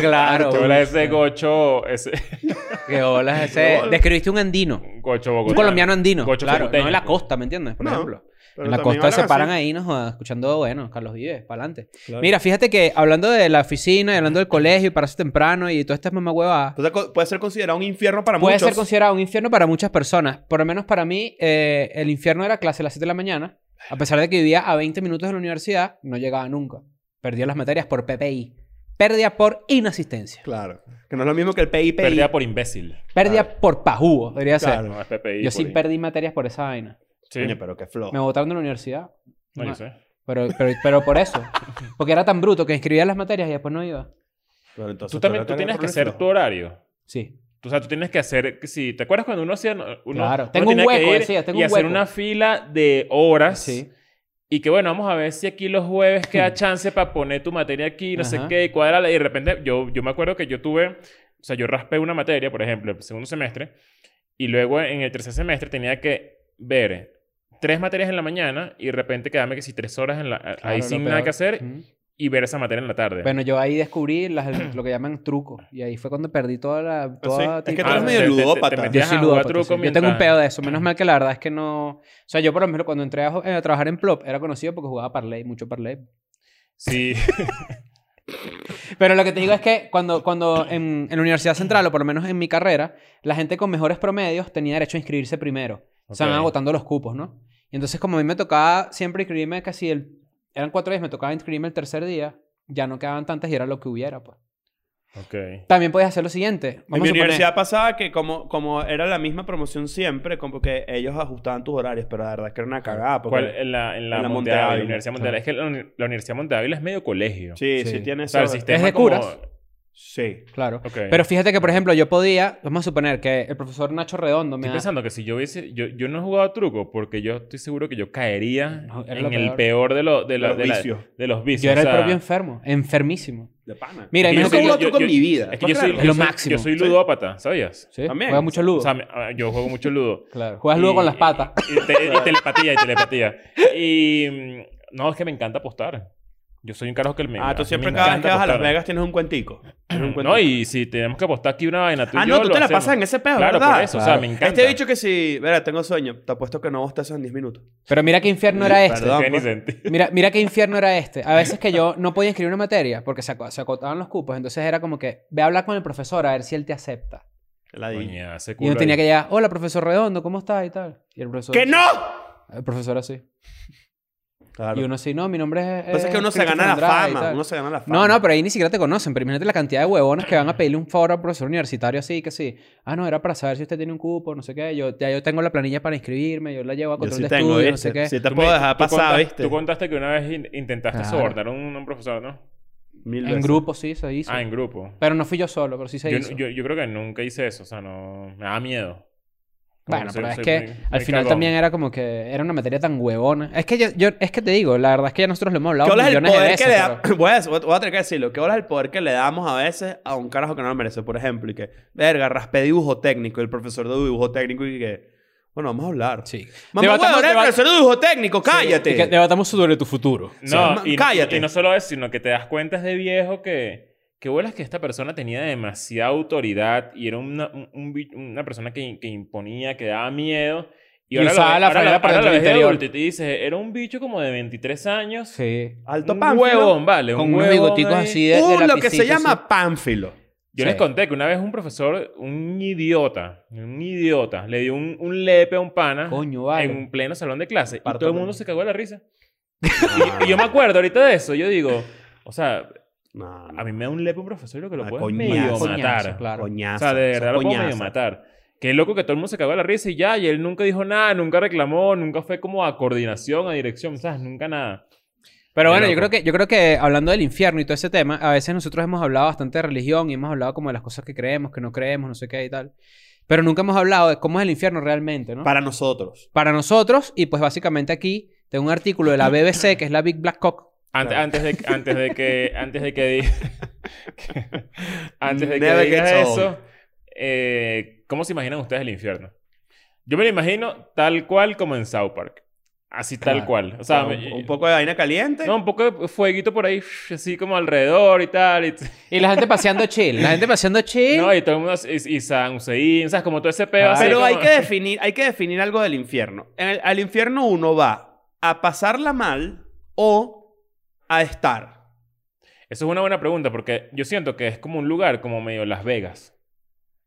D: claro.
B: Te bolas ese gocho. Ese
D: Qué bolas ese.
C: bolas.
D: Describiste un andino.
B: gocho bogotano.
D: Un colombiano andino.
B: Gocho
D: claro, no
B: zapoteño,
D: en la
B: pues.
D: costa, ¿me entiendes? Por
C: No,
D: ejemplo.
C: Pero
D: en la
C: también
D: costa se
C: hablan
D: paran
C: así.
D: ahí, nos jodas, escuchando, bueno, Carlos Vives, para adelante.
C: Claro.
D: Mira, fíjate que hablando de la oficina y hablando del colegio y pararse temprano y todas estas mamahuevadas,
C: Entonces, co- puede ser considerado un infierno para
D: puede
C: muchos.
D: ser considerado un infierno para muchas personas. Por lo menos para mí, eh, el infierno era clase a las 7 de la mañana. A pesar de que vivía a 20 minutos de la universidad, no llegaba nunca. Perdía las materias por PPI. Pérdida por inasistencia.
C: Claro. Que no es lo mismo que el PIPI.
B: Perdida por imbécil.
D: Pérdida
C: Claro.
D: por pajúo, debería ser.
C: Claro.
B: No, es PPI.
D: Yo
B: por
D: sí
B: in-
D: perdí materias por esa vaina.
B: Sí.
C: Coño, pero qué flojo.
D: Me votaron de la universidad.
B: No, yo
D: Ma-
B: sé.
D: pero, pero, pero por eso. Porque era tan bruto que inscribía las materias y después no iba.
C: Pero entonces,
B: Tú también
C: pero
B: tú tienes que
C: poner
B: hacer
C: flojo.
B: tu horario.
D: Sí.
B: O sea, tú tienes que hacer, que si te acuerdas cuando uno hacía, uno,
D: Claro.
B: uno
D: Tengo un
B: tenía que
D: hueco,
B: ir
D: decía, tengo
B: y
D: un
B: hacer
D: hueco.
B: una fila de horas
D: Sí.
B: y que bueno, vamos a ver si aquí los jueves queda chance para poner tu materia aquí, no sé
D: Ajá.
B: qué, y cuadrarla y de repente yo yo me acuerdo que yo tuve, o sea, yo raspé una materia, por ejemplo, el segundo semestre y luego en el tercer semestre tenía que ver tres materias en la mañana y de repente quedarme que si tres horas en la, ahí
D: Claro,
B: sin
D: lo
B: nada
D: peor.
B: que hacer
D: Ujú.
B: y ver esa materia en la tarde.
D: Bueno, yo ahí descubrí las- lo que llaman truco. Y ahí fue cuando perdí toda
B: Ah,
D: la... Toda
C: sí? Es que
D: tipo
C: tú eres
D: de-
C: medio
B: te- te- te
C: ludópata.
B: metías
D: Yo sí
B: a jugar
D: ludópata,
B: truco
D: sí. Yo tengo un
B: mientras-
D: pedo de eso. Menos mal que la verdad es que no... O sea, yo por lo menos cuando entré a, jo- eh, a trabajar en Plop era conocido porque jugaba parlay, mucho parlay.
B: Sí.
D: Pero lo que te digo es que cuando, cuando en, en la Universidad Central, o por lo menos en mi carrera, la gente con mejores promedios tenía derecho a inscribirse primero. Se van
B: Ok.
D: agotando los cupos, ¿no? Y entonces como a mí me tocaba siempre inscribirme casi el... Eran cuatro días, me tocaba inscribirme el tercer día. Ya no quedaban tantas y era lo que hubiera, pues.
B: Ok.
D: También podías hacer lo siguiente.
C: En
D: Vamos
C: mi
D: a suponer-
C: universidad pasaba que como, como era la misma promoción siempre, como que ellos ajustaban tus horarios, pero la verdad es que era una cagada. Porque,
B: ¿Cuál? Ah, En la, en la,
C: en la
B: Monte
C: Monte
B: Ávila,
C: Ávila,
B: Universidad Monte
D: claro.
B: Ávila. Es que la, uni- la Universidad Monte Ávila es medio colegio.
C: Sí, sí,
D: Sí.
C: tiene
B: O sea, el
C: eso.
B: sistema
D: Es de
B: como-
D: curas.
C: Sí.
D: Claro.
B: Ok.
D: Pero fíjate que, por ejemplo, yo podía, vamos a suponer que el profesor Nacho Redondo me
B: Estoy
D: da-
B: pensando que si yo hubiese... Yo, yo no he jugado truco porque yo estoy seguro que yo caería
D: No, era
B: en
D: lo
B: el
D: peor.
B: peor de, lo- de,
C: De
B: la-
C: los
B: de la-
C: vicios.
B: de los vicios.
D: Yo era
B: o sea,
D: el propio enfermo, enfermísimo.
C: De pana.
D: Mira,
B: es
D: y
B: que yo
D: me dijo
B: soy-
D: que-
C: jugado truco en mi vida,
B: Es que yo
C: ¿puedes
B: soy,
C: creerlo?
D: Es lo
B: yo soy-
D: máximo.
B: Yo soy
C: Sí.
B: ludópata, ¿sabías?
D: ¿Sí?
C: También.
D: Juega mucho ludo.
B: O sea, me- ah, yo juego mucho ludo.
D: claro. Juegas ludo
B: Y-
D: con las patas.
B: Y, y te- y telepatía, y telepatía. Y... mm, No, es que me encanta apostar. Yo soy un carajo que me...
C: Ah, tú
B: a mí
C: siempre
B: me
C: cada vez
B: encanta
C: que vas a Las
B: apostar.
C: Vegas tienes un cuentico. Tienes un cuentico.
B: No, y si tenemos que apostar aquí una vaina tú y
C: ah,
B: yo,
C: no, tú
B: lo
C: te la
B: hacemos.
C: pasas en ese pedo,
B: Claro,
C: ¿verdad?
B: por eso. O sea,
D: Claro.
B: me encanta.
C: Este bicho que si, verá, tengo sueño, te apuesto que no vos eso en 10 minutos.
D: Pero mira qué infierno era este.
C: Perdón,
B: Que ni
C: pues.
B: sentí.
D: Mira, mira qué infierno era este. A veces que yo no podía inscribir una materia porque se, aco- se acotaban los cupos. Entonces era como que ve a hablar con el profesor a ver si él te acepta.
C: La di.
B: Coña, ese
D: Y
B: culo
D: uno tenía
B: ahí.
D: que llegar, hola, profesor Redondo, ¿cómo estás? Y tal. Y el profesor...
C: ¡Que no!
D: El profesor así.
C: Claro.
D: Y uno así, no, mi nombre es...
C: Pasa Eh, que uno se
D: Christopher
C: gana la
D: Andrade y
C: fama.
D: tal.
C: Uno se gana la fama.
D: No, no, pero ahí ni siquiera te conocen. Pero imagínate la cantidad de huevones que van a pedirle un favor a un profesor universitario así, que sí. Ah, no, era para saber si usted tiene un cupo, no sé qué. Yo, ya yo tengo la planilla para inscribirme, yo la llevo a
C: Yo
D: control
C: sí
D: de
C: tengo,
D: estudio, no
C: ¿viste?
D: sé qué.
C: Sí te
B: Tú
C: puedo
B: me-
C: dejar
B: tú
C: pasar,
B: contaste-
C: ¿viste?
B: Tú contaste que una vez in- intentaste
D: Claro.
B: sobornar a un, a un profesor, ¿no?
C: Mil
D: En
C: veces.
D: grupo sí se hizo.
B: Ah, en grupo.
D: Pero no fui yo solo, pero sí se
B: Yo,
D: hizo.
B: yo- yo creo que nunca hice eso. O sea, no... Me da miedo. Como
D: Bueno,
B: soy-
D: pero es
B: soy
D: que
B: muy-
D: al
B: muy
D: final
B: cagón.
D: también era como que era una materia tan huevona. Es que yo, yo- es que te digo, la verdad es que ya nosotros lo hemos
C: ¿Qué
D: hablado
C: bola es el
D: millones de
C: poder
D: veces.
C: que le
D: pero-
C: da- voy, a, voy a tener que decirlo. ¿Qué bola es el poder que le damos a veces a un carajo que no lo merece? Por ejemplo, y que, verga, raspé dibujo técnico. El profesor de dibujo técnico y que, bueno, vamos a hablar.
D: Sí.
C: Mamá,
D: Debatamos-
C: huevo, eres el
D: debat-
C: profesor de dibujo técnico,
D: Y que
C: cállate.
D: debatamos sobre tu futuro.
B: No,
C: man,
B: y,
C: cállate.
B: Y, no solo eso, sino que te das cuenta de viejo que... Que vuelas que esta persona tenía demasiada autoridad y era una, un- un bi- una persona que, que imponía, que daba miedo.
D: Y
B: ahora lo
D: usaba
B: ves-
D: la
B: ahora
D: franela para
B: ahora
D: dentro
B: lo
D: del
B: ves de
D: interior.
B: adulto Y te dices, era un bicho como de 23 años.
D: Sí.
C: Alto
B: un
C: pánfilo.
B: huevón, vale.
D: Con
B: un
D: unos
B: huevón
D: bigoticos
B: ahí.
D: así de, de
C: Un lo que
D: lapicito,
C: se llama
D: así.
C: pánfilo.
B: Yo
D: Sí.
B: les conté que una vez un profesor, un idiota, un idiota, le dio un, un lepe a un pana
D: Coño, vale.
B: en un pleno salón de clase y
C: Parto
B: todo el
C: con-
B: mundo se cagó de la risa. Y yo me acuerdo ahorita de eso. Yo digo, o sea,
C: No, no.
B: a mí me da un lepe un profesor y lo que lo
C: Ah,
B: puedo es
C: coñazo.
B: medio
C: Coñazo,
B: matar.
D: Claro.
B: O
C: Coñazo.
B: sea, de verdad lo puedo
C: coñazo.
B: medio matar. Qué loco que todo el mundo se cagó de la risa y ya. Y él nunca dijo nada, nunca reclamó, nunca fue como a coordinación, a dirección, ¿sabes? Nunca nada.
D: Pero
B: Qué
D: bueno, yo
B: loco.
D: creo, que, yo creo que hablando del infierno y todo ese tema, a veces nosotros hemos hablado bastante de religión y hemos hablado como de las cosas que creemos, que no creemos, no sé qué y tal. Pero nunca hemos hablado de cómo es el infierno realmente, ¿no?
C: Para nosotros.
D: para nosotros y pues básicamente aquí tengo un artículo de la BBC que es la Big Black Cock.
B: Ant-
C: Claro.
B: antes, de, antes de que antes de que di- que- antes de que
C: Never
B: digas
C: gets old.
B: eso eh, cómo se imaginan ustedes el infierno yo me lo imagino tal cual como en South Park Así
D: Claro.
B: tal cual. O sea,
C: un,
B: me-
C: un poco de vaina caliente.
B: No, un poco de fueguito por ahí, así como alrededor y tal. Y,
D: Y la gente paseando chill. La gente paseando chill.
B: no, y todo el mundo. Y, y San Hussein, ¿sabes? Como todo ese pedo.
D: Claro.
B: así
C: ¿Eh? Pero
B: como-
C: hay que definir, hay que definir algo del infierno. En el- al infierno uno va a pasarla mal o a estar.
B: Eso es una buena pregunta porque yo siento que es como un lugar como medio Las Vegas.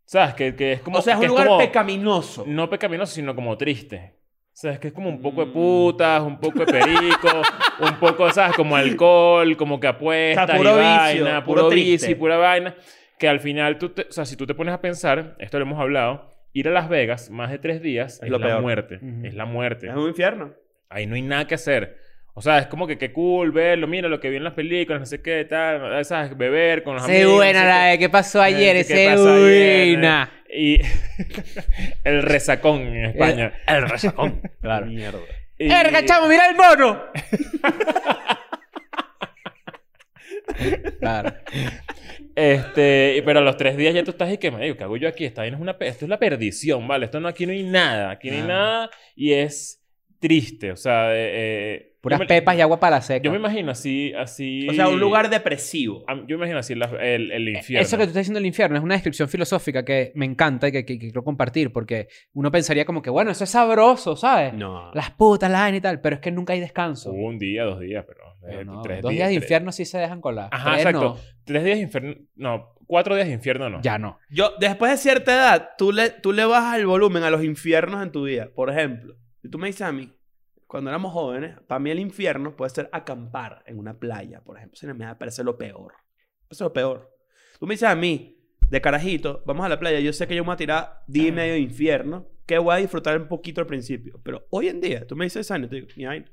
B: ¿Sabes? Que, que es como.
C: o sea, es
B: que
C: un lugar
B: como-
C: pecaminoso.
B: No pecaminoso, sino como triste. ¿Sabes? Que es como un
C: Mm.
B: poco de putas, un poco de perico, un poco, ¿sabes? Como alcohol, como que apuestas
C: O sea, puro
B: y
C: vicio,
B: vaina,
C: puro
B: puro vicio,
C: triste.
B: y pura vaina. Que al final tú te... O sea, si tú te pones a pensar, esto lo hemos hablado, ir a Las Vegas más de tres días es,
C: lo
B: la
C: peor.
B: muerte.
D: Ujú.
B: Es la muerte.
C: Es un infierno.
B: Ahí no hay nada que hacer. O sea, es como que qué cool verlo, mira lo que vi en las películas, no sé qué, tal, ah, ¿sabes? Beber con los
D: Se
B: amigos.
D: buena
B: no sé
D: la
B: qué.
D: de qué pasó ayer.
B: ¿Qué
D: Se
B: pasó ayer? eh.
D: buena.
B: Y el resacón
D: Eh,
B: en España. El resacón.
C: Claro. Mierda.
B: Y-
D: ¡Verga, chamo! ¡Mira el mono! claro.
B: Este, y- pero a los tres días ya tú estás y que, marico, ¿qué hago yo aquí? Esta vaina es una, pe- esto es la perdición, ¿vale? Esto no, aquí no hay nada, aquí no hay
D: Ah.
B: nada. Y es triste, o sea, eh, eh,
D: Puras
B: yo me-
D: pepas y agua para la seca.
B: Yo me imagino así, así.
C: O sea, un lugar depresivo.
B: a- Yo me imagino así las- el, el infierno.
D: Eh, Eso que tú estás diciendo del infierno es una descripción filosófica que me encanta y que, que- que quiero compartir porque uno pensaría como que, bueno, eso es sabroso, ¿sabes?
C: No.
D: Las putas, la vaina y tal, pero es que nunca hay descanso.
B: Hubo un día, dos días, pero.
D: Pero
B: eh,
D: no,
B: tres
D: dos días de
B: tres-
D: infierno sí se dejan colar.
B: Ajá,
D: Tres
B: exacto. Tres días de infierno. No, cuatro días de infierno no.
D: no. Ya no.
C: Yo, después de cierta edad, tú le, tú le bajas el volumen a los infiernos en tu vida. Por ejemplo, si tú me dices a mí, cuando éramos jóvenes, para mí el infierno puede ser acampar en una playa, por ejemplo. Eso me parece lo peor. Eso es lo peor. Tú me dices a mí, de carajito, vamos a la playa. Yo sé que yo me voy a tirar día y medio de infierno, que voy a disfrutar un poquito al principio. Pero hoy en día, tú me dices, Sani, te digo, ni vaina.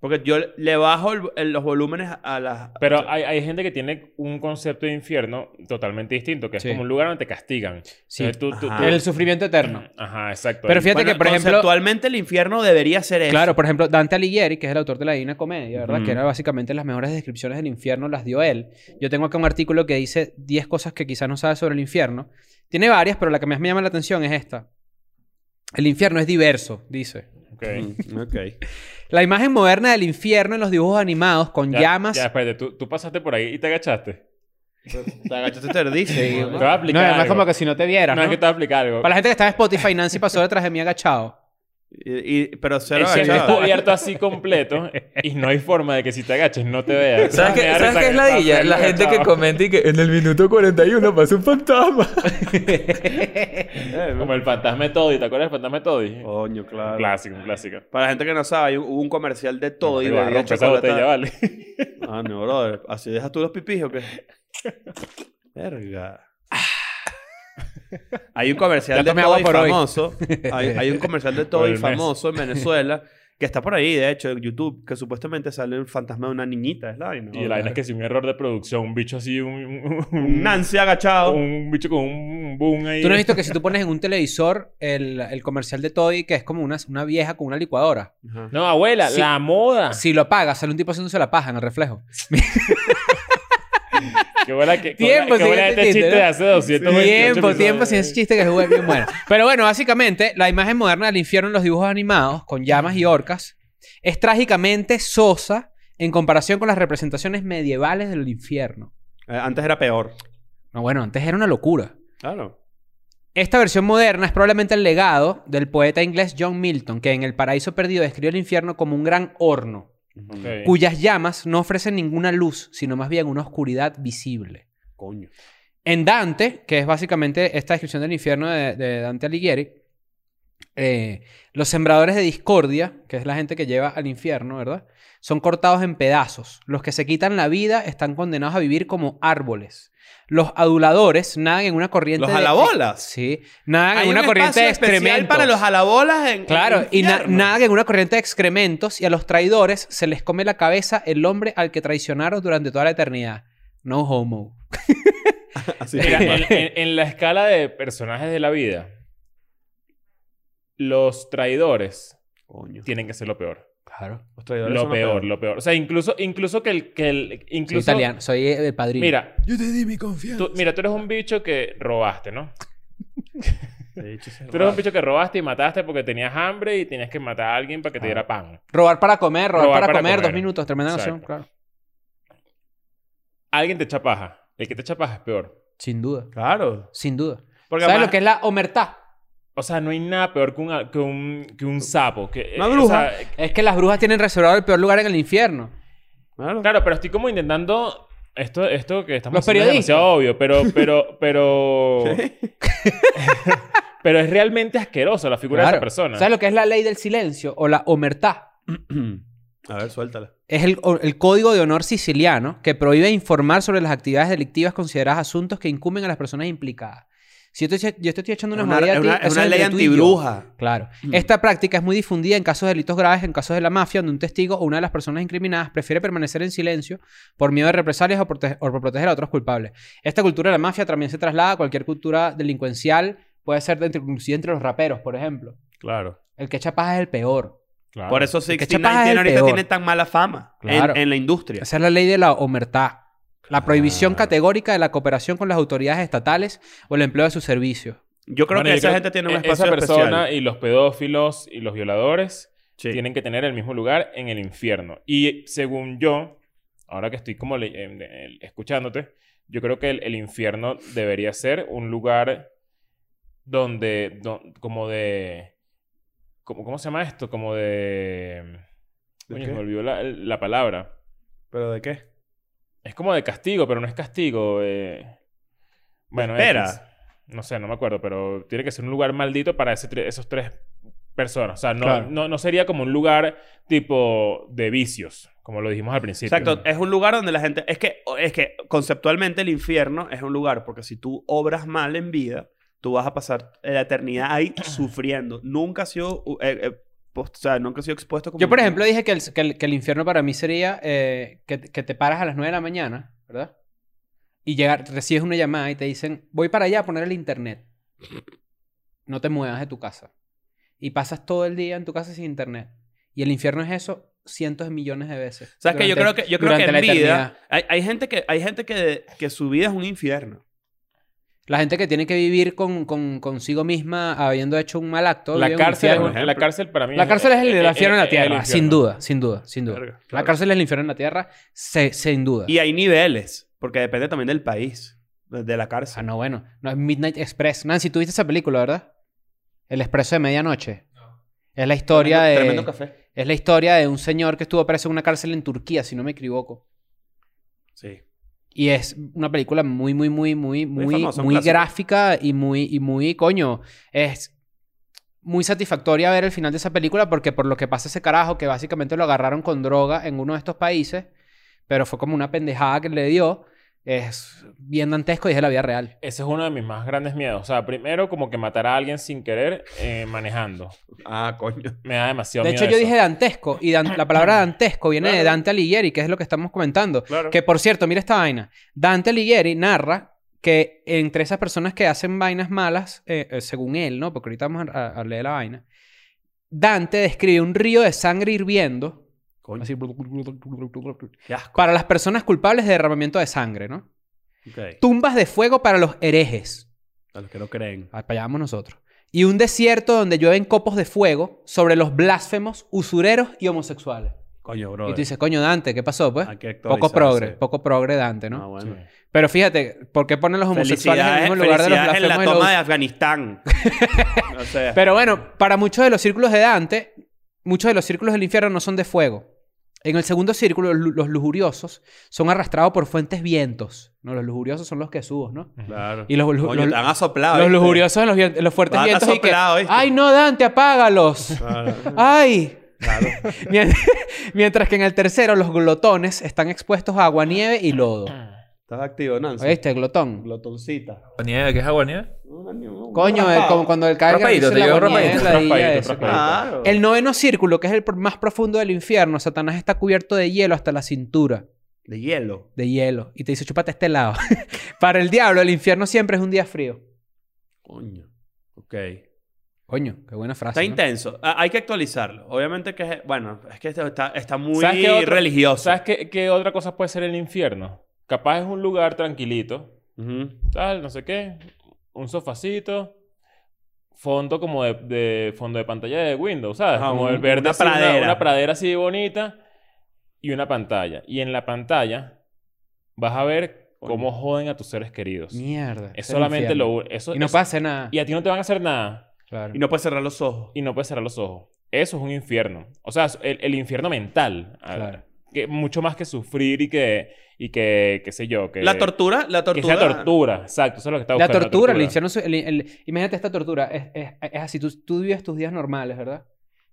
C: Porque yo le- le bajo el- el- los volúmenes a- a las...
B: Pero hay, hay gente que tiene un concepto de infierno totalmente distinto, que es
D: Sí.
B: como un lugar donde te castigan.
D: Sí.
B: Entonces tú- tú-
C: Ajá.
B: tú-
D: El sufrimiento eterno.
B: Ajá, exacto.
D: Pero
B: Ahí-
D: fíjate que, por ejemplo,
C: Conceptualmente el infierno debería ser eso.
D: Claro, por ejemplo, Dante Alighieri, que es el autor de la Divina Comedia, ¿verdad?
B: Ujú.
D: Que era básicamente las mejores descripciones del infierno las dio él. Yo tengo acá un artículo que dice 10 cosas que quizás no sabes sobre el infierno. Tiene varias, pero la que más me llama la atención es esta. El infierno es diverso, dice.
B: Ok.
C: Mm, ok.
D: La imagen moderna del infierno en los dibujos animados con
B: Ya-
D: llamas.
B: Ya, espérate, ¿tú, tú pasaste por ahí y te agachaste.
C: Te agachaste tardísimo.
D: Sí,
C: ¿no?
B: Te voy a aplicar. algo.
D: si no te vieras.
B: No, es que te voy a aplicar algo.
D: Para la gente que está en Spotify, Nancy pasó detrás de mí agachado.
C: Y- y- pero cero
B: El cielo
C: agachado.
B: está abierto así completo y no hay forma de que si te agaches no te veas.
E: ¿Sabes qué, ¿sabes qué es la dilla? La gente que comenta y que en el minuto 41 pasó un fantasma.
C: Eh,
B: Como el fantasma de Toddy, ¿te acuerdas del fantasma de Toddy?
C: Coño, claro.
B: Un clásico, un clásico.
C: Para la gente que no sabe, hay un, hubo un comercial de todo y
B: Te va a
C: bebida
B: romper esa botella,
C: chocolatada.
B: vale.
C: Ah, no, brother. ¿Así dejas tú los pipis o qué? Verga. Hay un
D: Ya
C: comercial de
D: tomé agua
C: todo y
D: por hoy.
C: famoso. Hay, hay un comercial de todo
B: Por
C: y
B: el mes.
C: famoso en Venezuela que está por ahí, de hecho, en YouTube, que supuestamente sale el fantasma de una niñita. Es la vaina.
B: Y la vaina es que si un error de producción, un bicho así, un, un,
C: Un Nancy agachado.
B: un bicho con un boom ahí.
D: ¿Tú no has visto que si tú pones en un televisor el, el comercial de Toddy, que es como una, una vieja con una licuadora?
C: Ajá.
B: No, abuela,
D: Sí.
B: la moda.
D: Ah. Si lo apagas, sale un tipo haciéndose la paja en el reflejo.
B: Qué buena que qué buena-
D: Tiempo
B: qué
D: sin
B: buena
D: este
B: este
D: chiste,
B: chiste,
D: ¿no?
B: de hace 228
D: Tiempo,
B: episodios.
D: tiempo sin ese chiste que es bien bueno. Pero bueno, básicamente, la imagen moderna del infierno en los dibujos animados, con llamas y orcas, es trágicamente sosa en comparación con las representaciones medievales del infierno.
C: Eh, antes era peor.
D: No, bueno, antes era una locura.
C: Claro.
D: Esta versión moderna es probablemente el legado del poeta inglés John Milton, que en El Paraíso Perdido describió el infierno como un gran horno,
B: Ok.
D: cuyas llamas no ofrecen ninguna luz, sino más bien una oscuridad visible.
C: Coño.
D: En Dante, que es básicamente esta descripción del infierno de, de Dante Alighieri, eh, los sembradores de discordia, que es la gente que lleva al infierno, ¿verdad? Son cortados en pedazos. Los que se quitan la vida están condenados a vivir como árboles. Los aduladores nadan en una corriente
C: Los
D: de-
C: alabolas.
D: Sí, nadan
C: Hay
D: en una
C: un
D: corriente de
C: espacio especial
D: excrementos.
C: para los alabolas en
D: Claro,
C: en
D: y na-
C: infierno.
D: nadan en una corriente de excrementos y a los traidores se les come la cabeza el hombre al que traicionaron durante toda la eternidad. No homo.
C: Así
B: Mira,
C: que-
B: en, en- en la escala de personajes de la vida, los traidores
C: Coño.
B: tienen que ser lo peor.
D: Claro.
C: Los traidores son
B: Lo peor, lo peor. O sea, incluso, incluso que el... Que el
D: Soy
B: incluso,
D: italiano, soy el padrino.
B: Mira. Yo te di mi confianza. mira, tú eres un bicho que robaste, ¿no? Tú eres un bicho que robaste y mataste porque tenías hambre y tenías que matar a alguien para que te diera pan.
D: Robar para comer, robar,
B: Robar
D: para,
B: para
D: comer,
B: comer.
D: dos minutos, tremenda noción,
B: Exacto.
D: claro.
B: Alguien te echa paja. El que te echa paja es peor.
D: Sin duda,
C: Claro.
D: sin duda.
C: Porque
D: ¿Sabes
C: además-
D: lo que es la omertad?
B: O sea, no hay nada peor que un, que un, que un sapo. Que,
C: Una
B: eh,
C: bruja.
B: o sea,
D: Es que las brujas tienen reservado el peor lugar en el infierno.
C: Claro.
B: Claro, pero estoy como intentando. Esto, esto que estamos
D: Los
B: haciendo es
D: periodistas.
B: demasiado obvio, pero, pero, pero. pero es realmente asqueroso la figura de
D: Claro.
B: esa persona.
D: ¿Sabes lo que es la ley del silencio o la omertad?
C: A ver, suéltala.
D: Es el, o- el Código de Honor Siciliano que prohíbe informar sobre las actividades delictivas consideradas asuntos que incumben a las personas implicadas. Si yo te estoy, yo te estoy echando una
C: es una,
D: jodida a
C: es
D: ti,
C: una- es
D: eso
C: una
D: es
C: ley
D: entre tú y yo.
C: antibruja.
D: Claro. Esta práctica es muy difundida en casos de delitos graves, en casos de la mafia, donde un testigo o una de las personas incriminadas prefiere permanecer en silencio por miedo de represalias o, prote- o por proteger a otros culpables. Esta cultura de la mafia también se traslada a cualquier cultura delincuencial, puede ser de entre- inclusive entre los raperos, por ejemplo.
B: Claro.
D: El que echa paja es el peor.
B: claro.
C: Por eso
D: que
C: 69
D: Chapas es el
C: tiene, ahorita
D: peor.
C: tiene tan mala fama en-
D: Claro.
C: en, la industria.
D: Esa es la ley de la omertad. La prohibición
C: Claro.
D: categórica de la cooperación con las autoridades estatales o el empleo de sus servicios.
C: Yo creo
B: Bueno,
C: que
B: yo
C: esa
B: creo
C: gente tiene un
B: que
C: espacio
B: Esa persona
C: especial.
B: y los pedófilos y los violadores
C: Sí.
B: tienen que tener el mismo lugar en el infierno. Y según yo, ahora que estoy como le- em, de- el- escuchándote, yo creo que el, el infierno debería ser un lugar donde, don- como de... Como, ¿Cómo se llama esto? Como de...
C: ¿De
B: coño,
C: qué?
B: me olvidó la, la palabra.
C: ¿Pero de qué?
B: Es como de castigo, pero no es castigo. eh. Bueno,
C: Espera.
B: X. No sé, no me acuerdo, pero tiene que ser un lugar maldito para ese tre- esos tres personas. O sea, no,
C: Claro.
B: no, no sería como un lugar tipo de vicios, como lo dijimos al principio.
C: Exacto, es un lugar donde la gente. Es que, es que conceptualmente el infierno es un lugar, porque si tú obras mal en vida, tú vas a pasar la eternidad ahí sufriendo. Nunca has sido. eh, eh, post- o sea, nunca has sido expuesto como.
D: Yo, por ejemplo, dije que el, que el, que el infierno para mí sería eh, que, te- que te paras a las 9 de la mañana, ¿verdad? Y llegar, recibes una llamada y te dicen, voy para allá a poner el internet. No te muevas de tu casa. Y pasas todo el día en tu casa sin internet. Y el infierno es eso cientos de millones de veces.
C: O sea, es que yo creo
D: durante-
C: que, yo creo que
D: durante
C: en
D: la
C: vida.
D: eternidad.
C: Hay, hay gente, que, hay gente que, que su vida es un infierno.
D: La gente que tiene que vivir con, con- consigo misma habiendo hecho un mal acto. vive
B: La
D: en un
B: cárcel, es
D: infierno.
B: un- la cárcel para mí
D: La cárcel es el, el
B: eh,
D: infierno en
B: eh,
D: la
B: eh,
D: tierra,
B: el
D: sin
B: infierno.
D: duda, sin duda, sin duda.
C: Verga,
D: La
C: claro.
D: cárcel es el infierno en la tierra, se- sin duda.
C: Y hay niveles, porque depende también del país, de, de la
D: Ah,
C: cárcel.
D: no, bueno. No, es Midnight Express. Nancy, ¿tú viste esa película, verdad? El Expreso de Medianoche. Es la historia
C: Tremendo-
D: de...
C: Tremendo café.
D: Es la historia de un señor que estuvo preso en una cárcel en Turquía, si no me equivoco.
C: Sí.
D: Y es una película muy, muy, muy, muy, muy, muy,
C: famosa, un clásico.
D: gráfica y muy, y muy, coño, es muy satisfactoria ver el final de esa película porque por lo que pasa ese carajo que básicamente lo agarraron con droga en uno de estos países, pero fue como una pendejada que le dio, es bien dantesco y es de la vida real.
B: Ese es uno de mis más grandes miedos. O sea, primero como que matar a alguien sin querer eh, manejando.
C: Ah, coño.
B: Me da demasiado
D: De
B: miedo
D: hecho, yo
B: eso.
D: dije dantesco y dan- la palabra dantesco viene de
C: Claro.
D: Dante Alighieri, que es lo que estamos comentando.
C: Claro.
D: Que por cierto, mira esta vaina. Dante Alighieri narra que entre esas personas que hacen vainas malas, eh, eh, según él, ¿no? Porque ahorita vamos a, a- a leer la vaina. Dante describe un río de sangre hirviendo
C: Coño.
D: así,
C: Qué asco.
D: para las personas culpables de derramamiento de sangre, ¿no?
C: Ok.
D: Tumbas de fuego para los herejes.
C: A los que no creen.
D: Ah, Para allá vamos nosotros. Y un desierto donde llueven copos de fuego sobre los blasfemos, usureros y homosexuales.
C: Coño, bro.
D: Y tú dices, coño, Dante, ¿qué pasó, pues?
C: Hay que
D: Poco
C: actualizarse.
D: progre, poco progrre Dante, ¿no?
C: Ah,
B: Sí.
C: bueno.
D: Pero fíjate, ¿por qué ponen los homosexuales en el
C: Felicidades,
D: mismo lugar de los
C: felicidades en la
D: blasfemos y
C: toma
D: los-
C: de Afganistán. o sea,
D: Pero bueno, para muchos de los círculos de Dante, muchos de los círculos del infierno no son de fuego. En el segundo círculo, lu- los lujuriosos son arrastrados por fuentes vientos. No, los lujuriosos son los que subos, ¿no?
C: claro.
D: Y los, lu-
C: Coño,
D: los-
C: te han asoplado.
D: los
C: ¿viste?
D: lujuriosos en los, vien- en los fuertes
C: Van a
D: vientos y que,
C: soplado, ¿viste?
D: ¡Ay, no, Dante, apágalos!
C: Claro.
D: ¡Ay!
C: Claro.
D: Mien- Mientras que en el tercero, los glotones están expuestos a agua, nieve y lodo.
C: Estás activo, Nancy.
D: ¿Oíste, glotón?
C: Glotoncita.
E: ¿Nieve? ¿Qué es agua nieve?
D: Coño, eh, como cuando el cae
E: Raspadito, te llegó raspadito,
B: raspadito, raspadito.
C: Claro.
D: El noveno círculo, que es el por- más profundo del infierno, Satanás está cubierto de hielo hasta la cintura.
C: De hielo.
D: De hielo. Y te dice, chúpate este lado. Para el diablo, el infierno siempre es un día frío.
C: Coño. Ok.
D: Coño, qué buena frase.
C: Está
D: ¿no?
C: intenso. A- Hay que actualizarlo. Obviamente que es... Bueno, es que esto está, está muy
B: ¿Sabes qué otro-
C: religioso.
B: ¿Sabes qué, qué otra cosa puede ser el infierno? Capaz es un lugar tranquilito,
C: Ujú.
B: tal, no sé qué, un sofacito, fondo como de, de fondo de pantalla de Windows, ¿sabes?
C: Ajá,
B: como
C: un-
B: el verde
C: una
B: así, una
C: pradera.
B: Una, pradera así bonita y una pantalla. Y en la pantalla vas a ver
C: Coño.
B: cómo joden a tus seres queridos.
D: Mierda.
B: Es solamente lo... u- Eso,
D: Y no
B: eso-
D: pasa nada.
B: Y a ti no te van a hacer nada.
D: Claro.
C: Y no puedes cerrar los ojos.
B: y no puedes cerrar los ojos. Eso es un infierno. O sea, el, el infierno mental. a-
D: Claro.
B: Que mucho más que sufrir y que, y que, qué sé yo, que...
C: La tortura, la
B: Que
C: tortura.
B: sea tortura. Exacto, eso es lo que está
D: La
B: buscando.
D: tortura, el infierno su- el- el- imagínate esta tortura. Es, es- es así, tú, tú vives tus días normales, ¿verdad?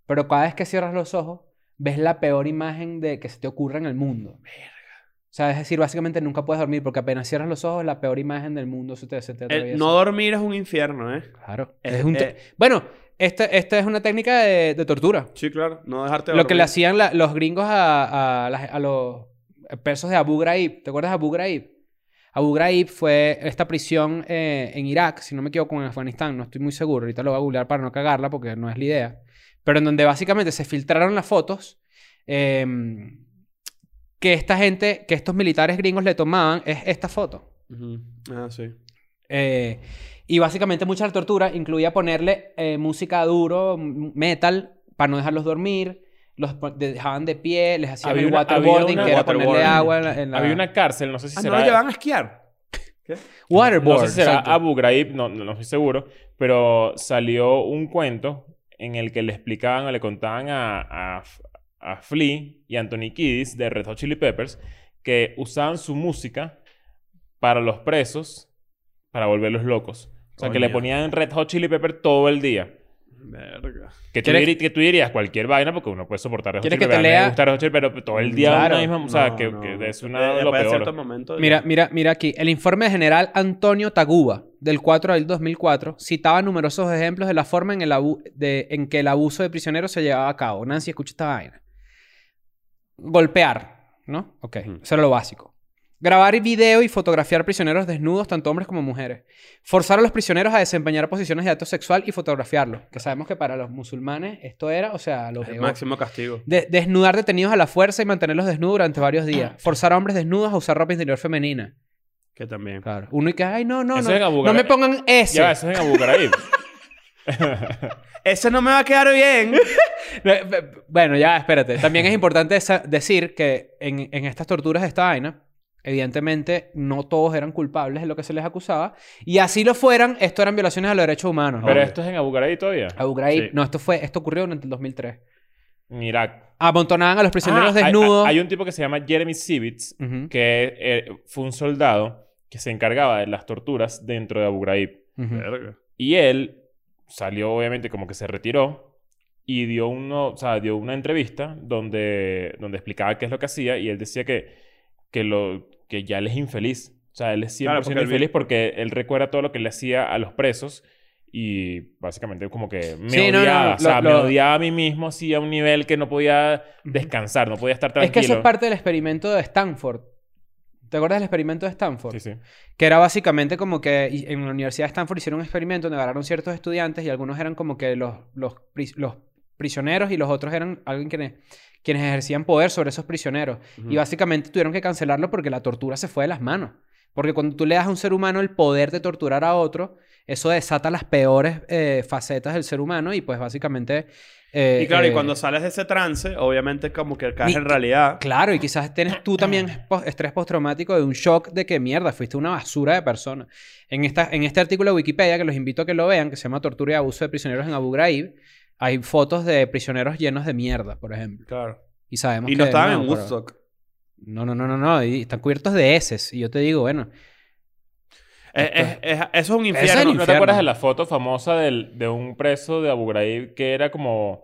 D: Pero cada vez que cierras los ojos, ves la peor imagen de que se te ocurra en el mundo. O sea, es decir, básicamente nunca puedes dormir porque apenas cierras los ojos, la peor imagen del mundo se te, se te
C: El
D: atraviesa.
C: Eh, no dormir es un infierno, ¿eh?
D: Claro.
C: Eh,
D: Es un te-
C: eh.
D: Bueno, esta, esta es una técnica de, de tortura.
C: Sí, claro. No dejarte
D: Lo que le
C: dormir.
D: hacían la- los gringos a, a las- a los persos de Abu Ghraib. ¿Te acuerdas de Abu Ghraib? Abu Ghraib fue esta prisión eh, en Irak, si no me equivoco, en Afganistán. No estoy muy seguro. Ahorita lo voy a googlear para no cagarla porque no es la idea. Pero en donde básicamente se filtraron las fotos eh, que esta gente, que estos militares gringos le tomaban, es esta foto.
C: Ujú. Ah, sí.
D: Eh, y básicamente mucha la tortura incluía ponerle eh, música duro, m- metal, para no dejarlos dormir. Los po- de- dejaban de pie, les hacían
B: Había
D: el
B: una-
D: waterboarding,
B: había una-
D: que era ponerle
C: waterboarding.
D: agua en la... en la-
B: Había una cárcel, no sé si
C: Ah, ¿no
B: será...
C: lo llevan a esquiar?
B: no
D: Waterboard.
B: sé si será
D: exacto.
B: Abu Ghraib, no, no, no estoy seguro. Pero salió un cuento en el que le explicaban o le contaban a, a, a Flea y Anthony Kiddis de Red Hot Chili Peppers que usaban su música para los presos para volverlos locos. O sea, que le
C: Coño.
B: ponían Red Hot Chili Pepper todo el día.
C: Verga.
B: Que tú,
D: ¿Quieres-
B: diri- que tú dirías cualquier vaina porque uno puede soportar Red Hot
D: ¿Quieres
B: Chili
D: que
B: Peppers.
D: te
B: a mí
D: lea?
B: Me gusta Red Hot Chili Pepper, pero todo el día
D: Mm, Claro.
B: una misma... O sea,
C: No,
B: que,
C: no.
B: que es
C: Eh,
B: una de lo
C: después de cierto
B: peor.
C: momento, ya.
D: Mira, mira, mira aquí. El informe general Antonio Taguba, del 4 del 2004, citaba numerosos ejemplos de la forma en, el abu- de- en que el abuso de prisioneros se llevaba a cabo. Nancy, escucha esta vaina. Golpear, ¿no? Ok,
C: Ujú.
D: eso era lo básico. Grabar video y fotografiar prisioneros desnudos, tanto hombres como mujeres. Forzar a los prisioneros a desempeñar posiciones de acto sexual y fotografiarlos. Que sabemos que para los musulmanes esto era, o sea, lo
C: El
D: peor.
C: máximo castigo.
D: De- desnudar detenidos a la fuerza y mantenerlos desnudos durante varios días. Forzar a hombres desnudos a usar ropa interior femenina.
C: Que también.
D: Claro. Uno y que, ay, no, no,
B: Eso
D: no.
B: es en Abu
D: no me
B: Ghraib.
D: pongan ese.
B: Ya, eso es en Abu Ghraib.
C: Ese no me va a quedar bien.
D: Eh, eh, Bueno, ya, espérate. También es importante esa- decir que en, en estas torturas de esta vaina, evidentemente no todos eran culpables de lo que se les acusaba. Y así lo fueran, esto eran violaciones a los derechos humanos. ¿no?
B: pero esto es en Abu Ghraib todavía.
D: Abu Ghraib-
C: Sí.
D: no, esto fue, esto ocurrió durante el 2003.
B: En Irak.
D: Amontonaban a los prisioneros
B: Ah, hay-
D: desnudos.
B: Hay, hay un tipo que se llama Jeremy Sivitz,
D: Ujú,
B: que eh, fue un soldado que se encargaba de las torturas dentro de Abu Ghraib.
D: ujú.
C: Verga.
B: Y él salió, obviamente, como que se retiró y dio, uno, o sea, dio una entrevista donde, donde explicaba qué es lo que hacía y él decía que, que, lo, que ya él es infeliz. O sea, él es 100%
C: Claro, porque él vi-
B: infeliz porque él recuerda todo lo que le hacía a los presos y básicamente como que me
D: Sí, no, no,
B: odiaba.
D: no,
B: o sea,
D: lo-
B: me
D: lo-
B: odiaba a mí mismo así a un nivel que no podía descansar, no podía estar tranquilo.
D: Es que eso es parte del experimento de Stanford. ¿Te acuerdas del experimento de Stanford?
B: Sí, sí.
D: Que era básicamente como que y- en la Universidad de Stanford hicieron un experimento donde agarraron ciertos estudiantes y algunos eran como que los, los, pris- los prisioneros y los otros eran alguien quienes, quienes ejercían poder sobre esos prisioneros. Y básicamente tuvieron que cancelarlo porque la tortura se fue de las manos. Porque cuando tú le das a un ser humano el poder de torturar a otro, eso desata las peores eh, facetas del ser humano y pues básicamente... eh,
C: Y claro, y
D: eh,
C: cuando sales de ese trance, obviamente como que caes
D: Ni-
C: en realidad.
D: Claro, y quizás tienes tú también pos- estrés postraumático de un shock de que mierda, fuiste una basura de persona. En, esta, en este artículo de Wikipedia, que los invito a que lo vean, que se llama Tortura y Abuso de Prisioneros en Abu Ghraib, hay fotos de prisioneros llenos de mierda, por ejemplo.
C: Claro.
D: Y sabemos
C: Y
D: que...
C: no estaban en
D: pero-
C: Woodstock.
D: No, no, no, no, no. Y están cubiertos de heces. Y yo te digo, bueno,
C: Es- es- es- eso es un infierno.
D: Ese es el
B: ¿No, no te
D: infierno.
B: acuerdas de la foto famosa del- de un preso de Abu Ghraib que era como,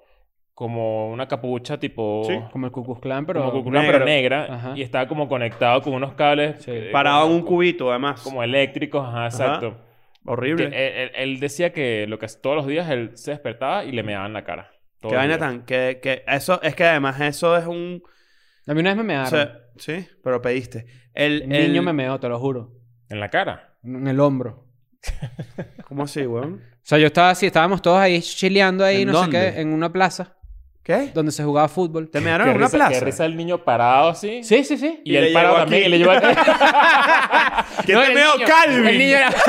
B: como una capucha tipo...
C: Sí.
D: como el Ku Klux Klan, pero...
B: Pero, como cuculán, pero
C: negro.
B: negra.
D: Ajá.
B: Y estaba como conectado con unos cables...
D: Sí.
B: eh,
C: Parado en
B: como-
C: un cubito, además.
B: Como eléctricos, ajá, exacto. Que él,
C: Horrible.
B: él- él decía que, lo que todos los días él se despertaba y le me daban la cara. Todos
C: Qué vaina
B: los días.
C: tan. Que, que eso, es que además eso es un.
D: A mí una vez me
C: o
D: mearon.
C: sea, sí, pero pediste. El,
D: el
C: el-
D: niño me meó, te lo juro.
B: En la cara.
D: En el hombro.
C: ¿Cómo así, weón?
D: O sea, yo estaba así, estábamos todos ahí chileando ahí,
C: ¿En
D: no sé
C: dónde?
D: qué, en una plaza
C: ¿Qué?
D: donde se jugaba fútbol.
C: ¿Te mearon en
B: Qué
C: una
B: risa- Qué risa
C: plaza?
B: el niño parado así.
D: Sí, sí, sí.
B: Y,
C: Y le
B: él
C: llegó
B: parado
C: aquí.
B: también y le llevó aquí.
C: ¿Quién
D: No,
C: te
D: el
C: meó,
D: niño-
C: Calvin?
D: El niño era...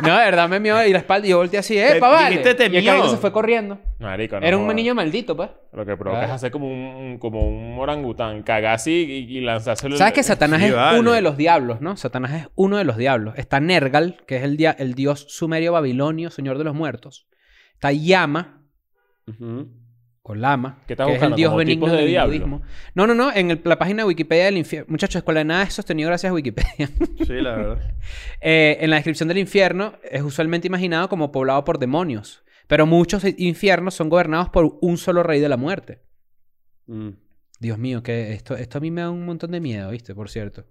D: No, de verdad me mió y la espalda y yo volteé así, ¡eh,
C: Te-
D: pa, vale!
C: dijiste, te
D: y el
C: mió.
D: carajito se fue corriendo.
B: Marico, no
D: Era un
B: jodas.
D: niño maldito, pues.
B: Lo que provoca es
D: Ah.
B: hacer como un, como un orangután, cagar así y, y lanzárselo.
D: ¿Sabes que Satanás
C: Sí,
D: es
C: vale.
D: uno de los diablos, no? Satanás es uno de los diablos. Está Nergal, que es el, dia- el dios sumerio babilonio, señor de los muertos. Está Yama,
C: Ujú.
D: o Lama,
B: ¿Qué
D: que
B: estás
D: es el
B: buscando?
D: dios
B: ¿Como
D: benigno
B: tipos de
D: del
B: diablo?
D: hinduismo. No, no, no. En el- la página de Wikipedia del infierno. Muchachos, Escuela de Nada es sostenido gracias a Wikipedia.
C: Sí, la verdad.
D: Eh, en la descripción del infierno es usualmente imaginado como poblado por demonios. Pero muchos infiernos son gobernados por un solo rey de la muerte.
C: Mm.
D: Dios mío, que esto, esto a mí me da un montón de miedo, ¿viste? Por cierto.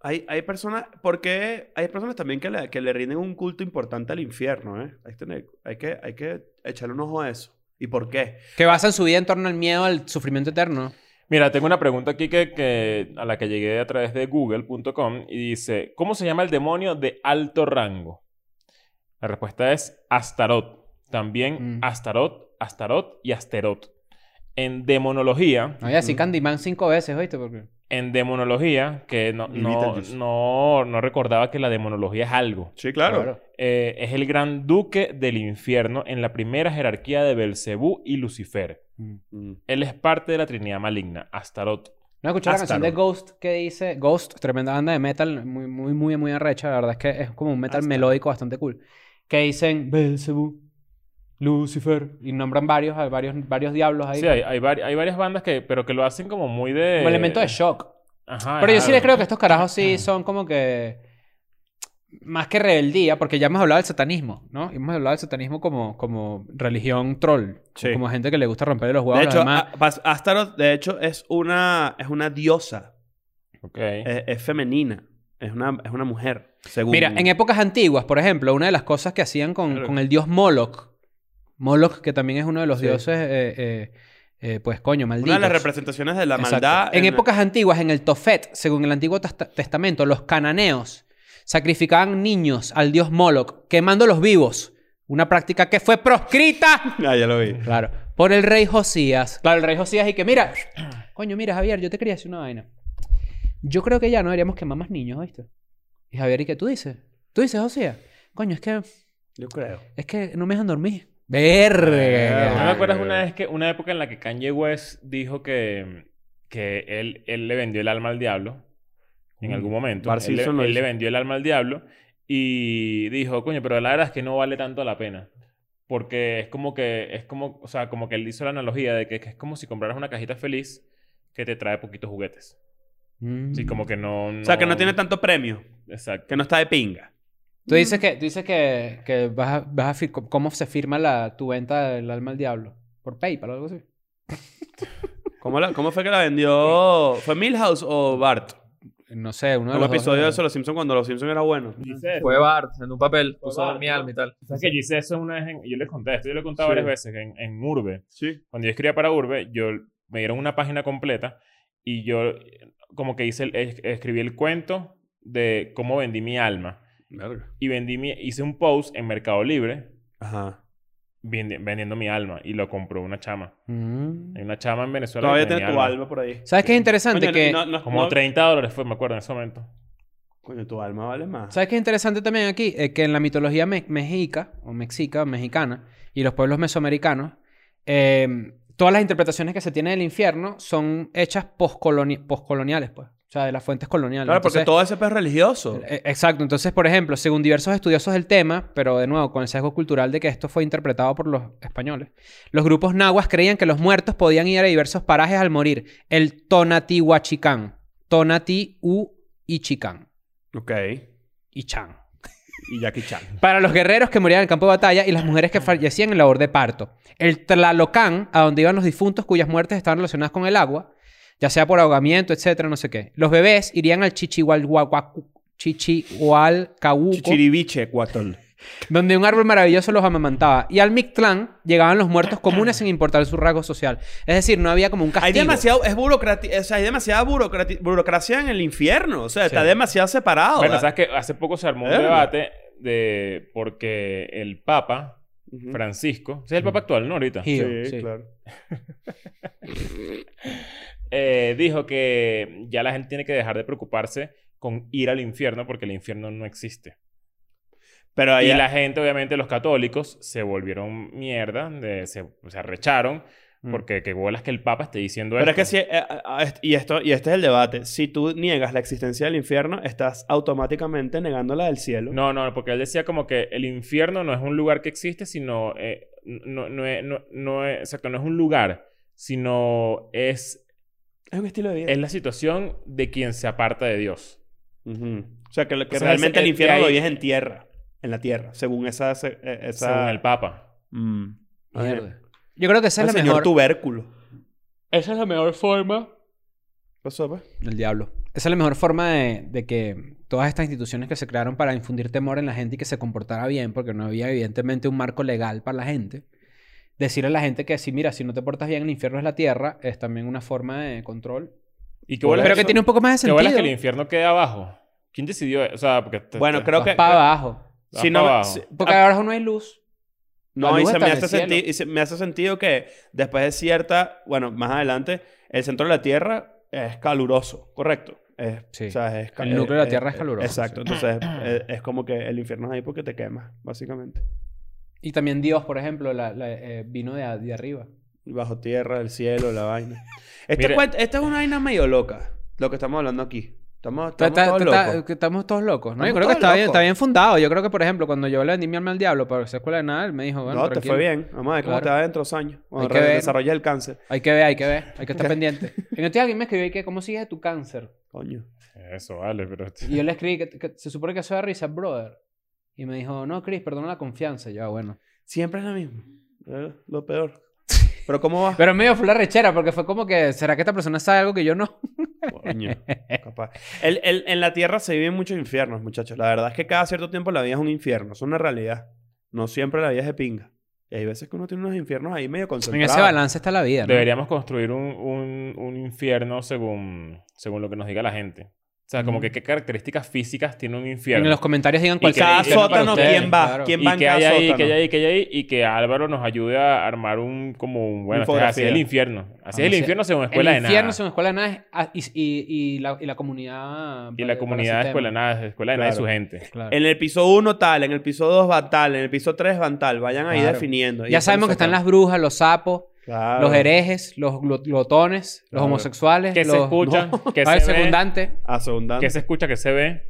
C: Hay, hay personas, porque hay personas también que le, que le rinden un culto importante al infierno, ¿eh? Hay, que tener- hay que, hay que echarle un ojo a eso. ¿Y por qué?
D: Que basan su vida en torno al miedo, al sufrimiento eterno.
B: Mira, tengo una pregunta aquí que, que- a la que llegué a través de google.com y dice, ¿cómo se llama el demonio de alto rango? La respuesta es Astaroth. También
D: Mm.
B: Astaroth, Astaroth y Asteroth. En demonología,
D: No, y así Candyman cinco veces, ¿oíste? Porque...
B: en demonología, que no,
C: Y
B: no,
C: Beetlejuice.
B: no, no recordaba que la demonología es algo.
C: Sí, claro.
B: Eh, es el gran duque del infierno en la primera jerarquía de Belcebú y Lucifer.
C: Mm.
B: Él es parte de la Trinidad maligna, Astaroth.
D: No escuché la canción de
B: Astaroth.
D: Ghost que dice... Ghost, tremenda banda de metal, muy, muy, muy, muy arrecha. La verdad es que es como un metal
C: Astaroth.
D: melódico bastante cool. Que dicen... Belzebú, Lucifer. Y nombran varios, hay varios, varios diablos ahí.
B: Sí, hay, hay, vari- hay varias bandas que, pero que lo hacen como muy de...
D: Como elemento de shock.
C: Ah,
B: Ajá.
D: Pero yo sí
B: claro.
D: les creo que estos carajos sí son como que... Más que rebeldía, porque ya hemos hablado del satanismo, ¿no? Hemos hablado del satanismo como, como religión troll.
C: Sí.
D: Como gente que le gusta romperle los huevos
C: De
D: a los
C: hecho, ah,
D: demás.
C: a- Pas- Astaroth, de hecho, es una, es una diosa.
B: Ok.
C: Es, es femenina. Es una, es una mujer, según...
D: Mira, en épocas antiguas, por ejemplo, una de las cosas que hacían con,
C: uh. Claro.
D: con el dios Moloch. Moloch, que también es uno de los
C: Sí.
D: dioses, eh, eh, eh, pues coño, maldito.
C: Una de las representaciones de la
D: Exacto.
C: maldad...
D: En,
C: la-
D: épocas antiguas, en el Tofet, según el Antiguo Testa- Testamento, los cananeos sacrificaban niños al dios Moloch, quemándolos vivos. Una práctica que fue proscrita.
C: Ah, ya lo vi.
D: Claro. Por el rey Josías. Claro, el rey Josías y que, mira, coño, mira, Javier, yo te quería decir una vaina. Yo creo que ya no deberíamos quemar más niños, ¿viste? Y Javier, ¿y qué tú dices? ¿Tú dices, Josías? Coño, es que,
C: Yo creo.
D: es que no me dejan dormir. Verga.
B: ¿No
C: Ah,
B: me acuerdas
C: güey.
B: una vez que una época en la que Kanye West dijo que, que él, él le vendió el alma al diablo? En
C: Mm.
B: algún momento.
C: Bart
B: Él, le-
C: Simpson lo
B: él le
C: hizo.
B: vendió el alma al diablo y dijo, coño, pero la verdad es que no vale tanto la pena. Porque es como que, es como, o sea, como que él hizo la analogía de que, que es como si compraras una cajita feliz que te trae poquitos juguetes.
D: Mm.
B: Sí, como que no,
C: O sea, que no tiene tanto premio.
B: Exacto.
C: Que no está de pinga.
D: Tú dices que, tú dices que, que vas a, vas a fir- ¿Cómo se firma la, tu venta del alma al diablo? ¿Por PayPal o algo así?
C: ¿Cómo, la- cómo fue que la vendió? ¿Fue Milhouse o Bart?
D: No sé, uno de
C: Un
D: los dos.
C: episodio de Los Simpsons cuando Los Simpsons era bueno.
B: Dice
E: Fue Bart, en un papel, puso
B: Bart,
E: mi
B: ¿no?
E: alma y tal.
B: ¿Sabes que yo hice eso una vez? en- yo les conté esto, yo lo he contado
C: Sí.
B: varias veces en, en Urbe.
C: Sí.
B: Cuando yo escribía para Urbe, yo me dieron una página completa y yo eh, como que hice el- es- escribí el cuento de cómo vendí mi alma.
C: Verga.
B: Y vendí mi, hice un post en Mercado Libre
C: Ajá.
B: vendi- vendiendo mi alma y lo compró una chama.
D: Mm.
B: Hay una chama en Venezuela.
C: Todavía
B: que tenía
C: tienes tu alma por ahí.
D: ¿Sabes qué es interesante?
C: Coño,
D: que...
C: no- no-
B: Como
C: no-
B: 30 dólares fue, me acuerdo, en ese momento.
C: Coño, tu alma vale más.
D: ¿Sabes qué es interesante también aquí? Eh, que en la mitología me- mexica, o mexica, mexicana, y los pueblos mesoamericanos, eh, todas las interpretaciones que se tiene del infierno son hechas postcoloni- postcoloniales, pues. O sea, de las fuentes coloniales.
C: Claro, porque
D: Entonces,
C: todo ese pez es religioso.
D: Eh, Exacto. Entonces, por ejemplo, según diversos estudiosos del tema, pero de nuevo con el sesgo cultural de que esto fue interpretado por los españoles, los grupos nahuas creían que los muertos podían ir a diversos parajes al morir. El Tonatihuachicán. Tonati u Ichicán.
C: Ok.
D: Ichán.
C: Y Jackie Chan.
D: Para los guerreros que morían en el campo de batalla y las mujeres que fallecían en labor de parto. El Tlalocán, a donde iban los difuntos cuyas muertes estaban relacionadas con el agua, ya sea por ahogamiento, etcétera, no sé qué. Los bebés irían al Chichihualhuacu- Chichihualcauco,
C: Chiribiche, Cuatol.
D: donde un árbol maravilloso los amamantaba. Y al Mictlán llegaban los muertos comunes sin importar su rasgo social. Es decir, no había como un castigo.
C: Hay demasiado, es burocrati- o sea, hay demasiada burocrati- burocracia en el infierno. O sea, está demasiado separado.
B: Bueno,
C: Da-
B: sabes que hace poco se armó un
C: Ah, Verga.
B: debate de porque el Papa
C: Ujú. Mm.
B: Francisco, ese es el Papa actual, ¿no? Ahorita.
D: Sí. Sí.
C: claro.
B: Eh, dijo que ya la gente tiene que dejar de preocuparse con ir al infierno porque el infierno no existe.
C: Pero
B: Y
C: allá...
B: la gente, obviamente, los católicos se volvieron mierda, de- se, se arrecharon,
D: Mm.
B: porque qué bolas que el Papa esté diciendo
C: Pero es que
B: esto.
C: si, eh, eh, eh, y, esto, y este es el debate. Si tú niegas la existencia del infierno, estás automáticamente negando la del cielo.
B: No, no, porque él decía como que el infierno no es un lugar que existe, sino... eh, no, no, es- no, no es, exacto, no es un lugar, sino es,
C: Es un estilo de vida.
B: es la situación de quien se aparta de Dios.
C: Ujú. O sea, que, lo- que
B: O sea,
C: realmente
B: ese-
C: el
B: que
C: infierno
B: hay-
C: lo vives en tierra. En la tierra, según esa... se- eh, esa...
B: Según el Papa.
C: Mm.
E: Mierda.
D: Yo creo que esa
C: El
D: es la
C: señor
D: mejor.
C: tubérculo.
B: Esa es la mejor forma.
C: ¿Qué pasó, pues?
D: El diablo. Esa es la mejor forma de, de que todas estas instituciones que se crearon para infundir temor en la gente y que se comportara bien, porque no había evidentemente un marco legal para la gente. Decirle a la gente que si mira, si no te portas bien, el infierno es la tierra, es también una forma de control.
B: Y qué bolas,
D: Pero que
B: eso-
D: tiene un poco más de
B: qué bolas que el
D: sentido.
B: infierno quede abajo. ¿Quién decidió? O sea, porque... te-
C: Bueno,
B: te-
C: creo
D: Vas
C: que...
D: para abajo.
B: vas
C: si
B: pa'
C: no,
B: abajo.
C: si-
D: Porque ahora no hay luz.
C: No,
D: La
C: y
D: luz
C: se,
D: está
C: me
D: en el
C: hace
D: cielo.
C: senti- y se me hace sentido que después de cierta, bueno, más adelante, el centro de la Tierra es caluroso, ¿correcto? Es,
D: Sí.
C: o sea, es ca-
D: El núcleo de la
C: eh,
D: Tierra
C: eh,
D: es caluroso,
C: Exacto,
D: sí.
C: entonces es, es como que el infierno es ahí porque te quemas, básicamente.
D: Y también Dios, por ejemplo, la- la, eh, vino de, a- de arriba.
C: Bajo tierra, el cielo, la vaina. Este
B: Mira-
C: cuento- esta es una vaina medio loca, lo que estamos hablando aquí. Estamos,
D: Ta-
C: estamos
D: ta-
C: todos
D: ta-
C: locos.
D: que Estamos todos locos. ¿no? Yo
C: Estamos
D: creo
C: todos
D: que está bien,
C: locos.
D: está bien fundado. Yo creo que, por ejemplo, cuando yo le vendí mi alma al diablo para esa escuela de nada, él me dijo, bueno,
C: no, te
D: tranquilo.
C: fue bien. Vamos a ver cómo
D: Claro.
C: te va dentro de dos años. Cuando
D: Hay que
C: re-
D: ver.
C: desarrollas el cáncer.
D: Hay que ver, hay que ver, hay que estar pendiente. En el día alguien me escribió y que, ¿cómo sigues de tu cáncer?
C: Coño.
B: Eso vale, pero...
D: Y yo le escribí que, que se supone que soy de risa, brother. Y me dijo, no, Chris, perdona la confianza. Y Yo, "Ah, bueno.
C: Siempre es lo mismo. Eh, lo peor. Pero ¿cómo vas?
D: Pero medio fue la rechera porque fue como que, ¿será que esta persona sabe algo que yo no?
C: Coño, capaz. El- el- en la Tierra se viven muchos infiernos, muchachos. La verdad es que cada cierto tiempo la vida es un infierno. Es una realidad. No siempre la vida es de pinga. Y hay veces que uno tiene unos infiernos ahí medio
D: En
C: concentrados.
D: ese balance está la vida, ¿no?
B: Deberíamos construir un, un- un infierno según, según lo que nos diga la gente. O sea, como que qué características físicas tiene un infierno.
D: Mm. En los comentarios digan
B: Y
D: cualquier
B: cada
D: infierno para
B: sótano,
D: ustedes,
B: ¿quién
C: va?
D: claro.
C: ¿Quién-
B: y
C: banca
B: que hay ahí,
C: sótano.
B: que hay ahí, que hay ahí, y que Álvaro nos ayude a armar un como un bueno, este es así
C: Infografía.
B: es el infierno. Así
D: Ah,
B: es el
D: sí.
B: infierno según
D: El
B: escuela de nada.
D: infierno es una escuela de nada es- ah, y, y- y la, y la comunidad...
B: Y la comunidad de escuela de nada, escuela de nada y
C: Claro.
B: su gente.
D: Claro.
C: En el piso 1 tal, en el piso 2 va tal, en el piso 3 van tal. Vayan ahí
D: Claro.
C: definiendo. Y
D: Ya
C: eso
D: sabemos que
C: lo
D: están
C: sacamos.
D: las brujas, los sapos,
C: Claro.
D: los herejes, los glo- glotones, los
C: Claro.
D: homosexuales,
B: Que
D: los...
B: se escucha, que
D: Ah, el
B: se ve,
D: secundante.
C: Asegundando.
B: que se escucha, que se ve.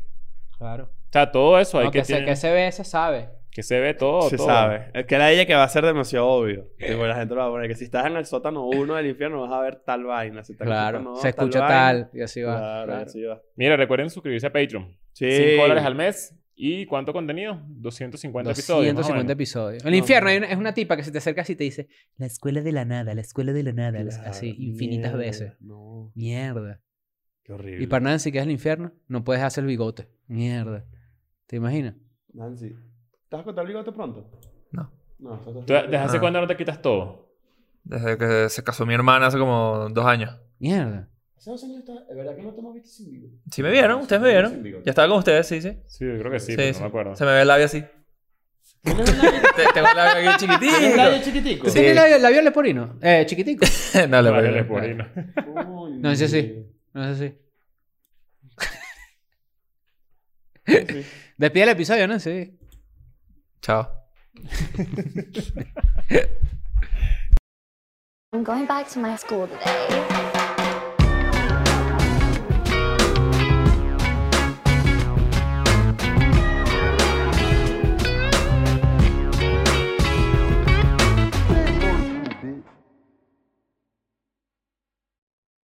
D: Claro.
B: O sea, todo eso hay
D: No, que,
B: que,
D: se,
B: tiene-
D: que se ve, se sabe.
B: que se ve todo,
C: se
B: todo.
C: sabe. Es que la ella que va a ser demasiado obvio. Tipo, la gente lo va a poner. Que si estás en el sótano 1 del infierno vas a ver tal vaina. Si estás en el sótano dos,
D: se escucha
C: vaina.
D: tal, y así va.
C: Claro,
D: claro.
C: así va.
B: Mira, recuerden suscribirse a Patreon.
C: Sí.
B: 5 dólares al mes. ¿Y cuánto contenido? 250 episodios.
D: 150 episodios. El
C: No,
D: infierno
C: no.
D: hay una- es una tipa que se te acerca así y te dice, la escuela de la nada, la escuela de la nada, las-
C: Claro,
D: así infinitas
C: mierda,
D: veces.
C: No,
D: Mierda.
C: qué horrible.
D: Y para Nancy, que es el infierno, no puedes hacer el bigote. Mierda. ¿Te imaginas?
C: Nancy, ¿te vas a cortar el bigote pronto?
E: No.
C: No, eso está-
B: ¿Desde hace
E: Ah.
B: cuándo no te quitas todo?
E: Desde que se casó mi hermana hace como dos años.
D: Mierda.
C: Hace dos años está. ¿De verdad que no te hemos visto sin bigote?
E: Sí me vieron, ustedes me vieron.
C: Sin bigote.
E: Ya estaba con ustedes, sí, sí.
B: Sí, yo creo que sí,
E: Sí,
B: pero
E: sí.
B: no me acuerdo.
E: Se me ve el labio así. Te- Tengo el labio aquí
C: ¿Tienes
E: chiquitito.
C: labio chiquitico?
D: ¿Tú
E: Sí.
D: ¿Tienes labio, labio leporino? Eh, chiquitico.
E: No le
B: Vale, pues,
E: voy a-
B: leporino.
C: Uy,
D: No, ese sí. No sé si.
C: Sí.
D: Despide el episodio, ¿no? Sí.
E: Chao.
F: I'm going back to my school today.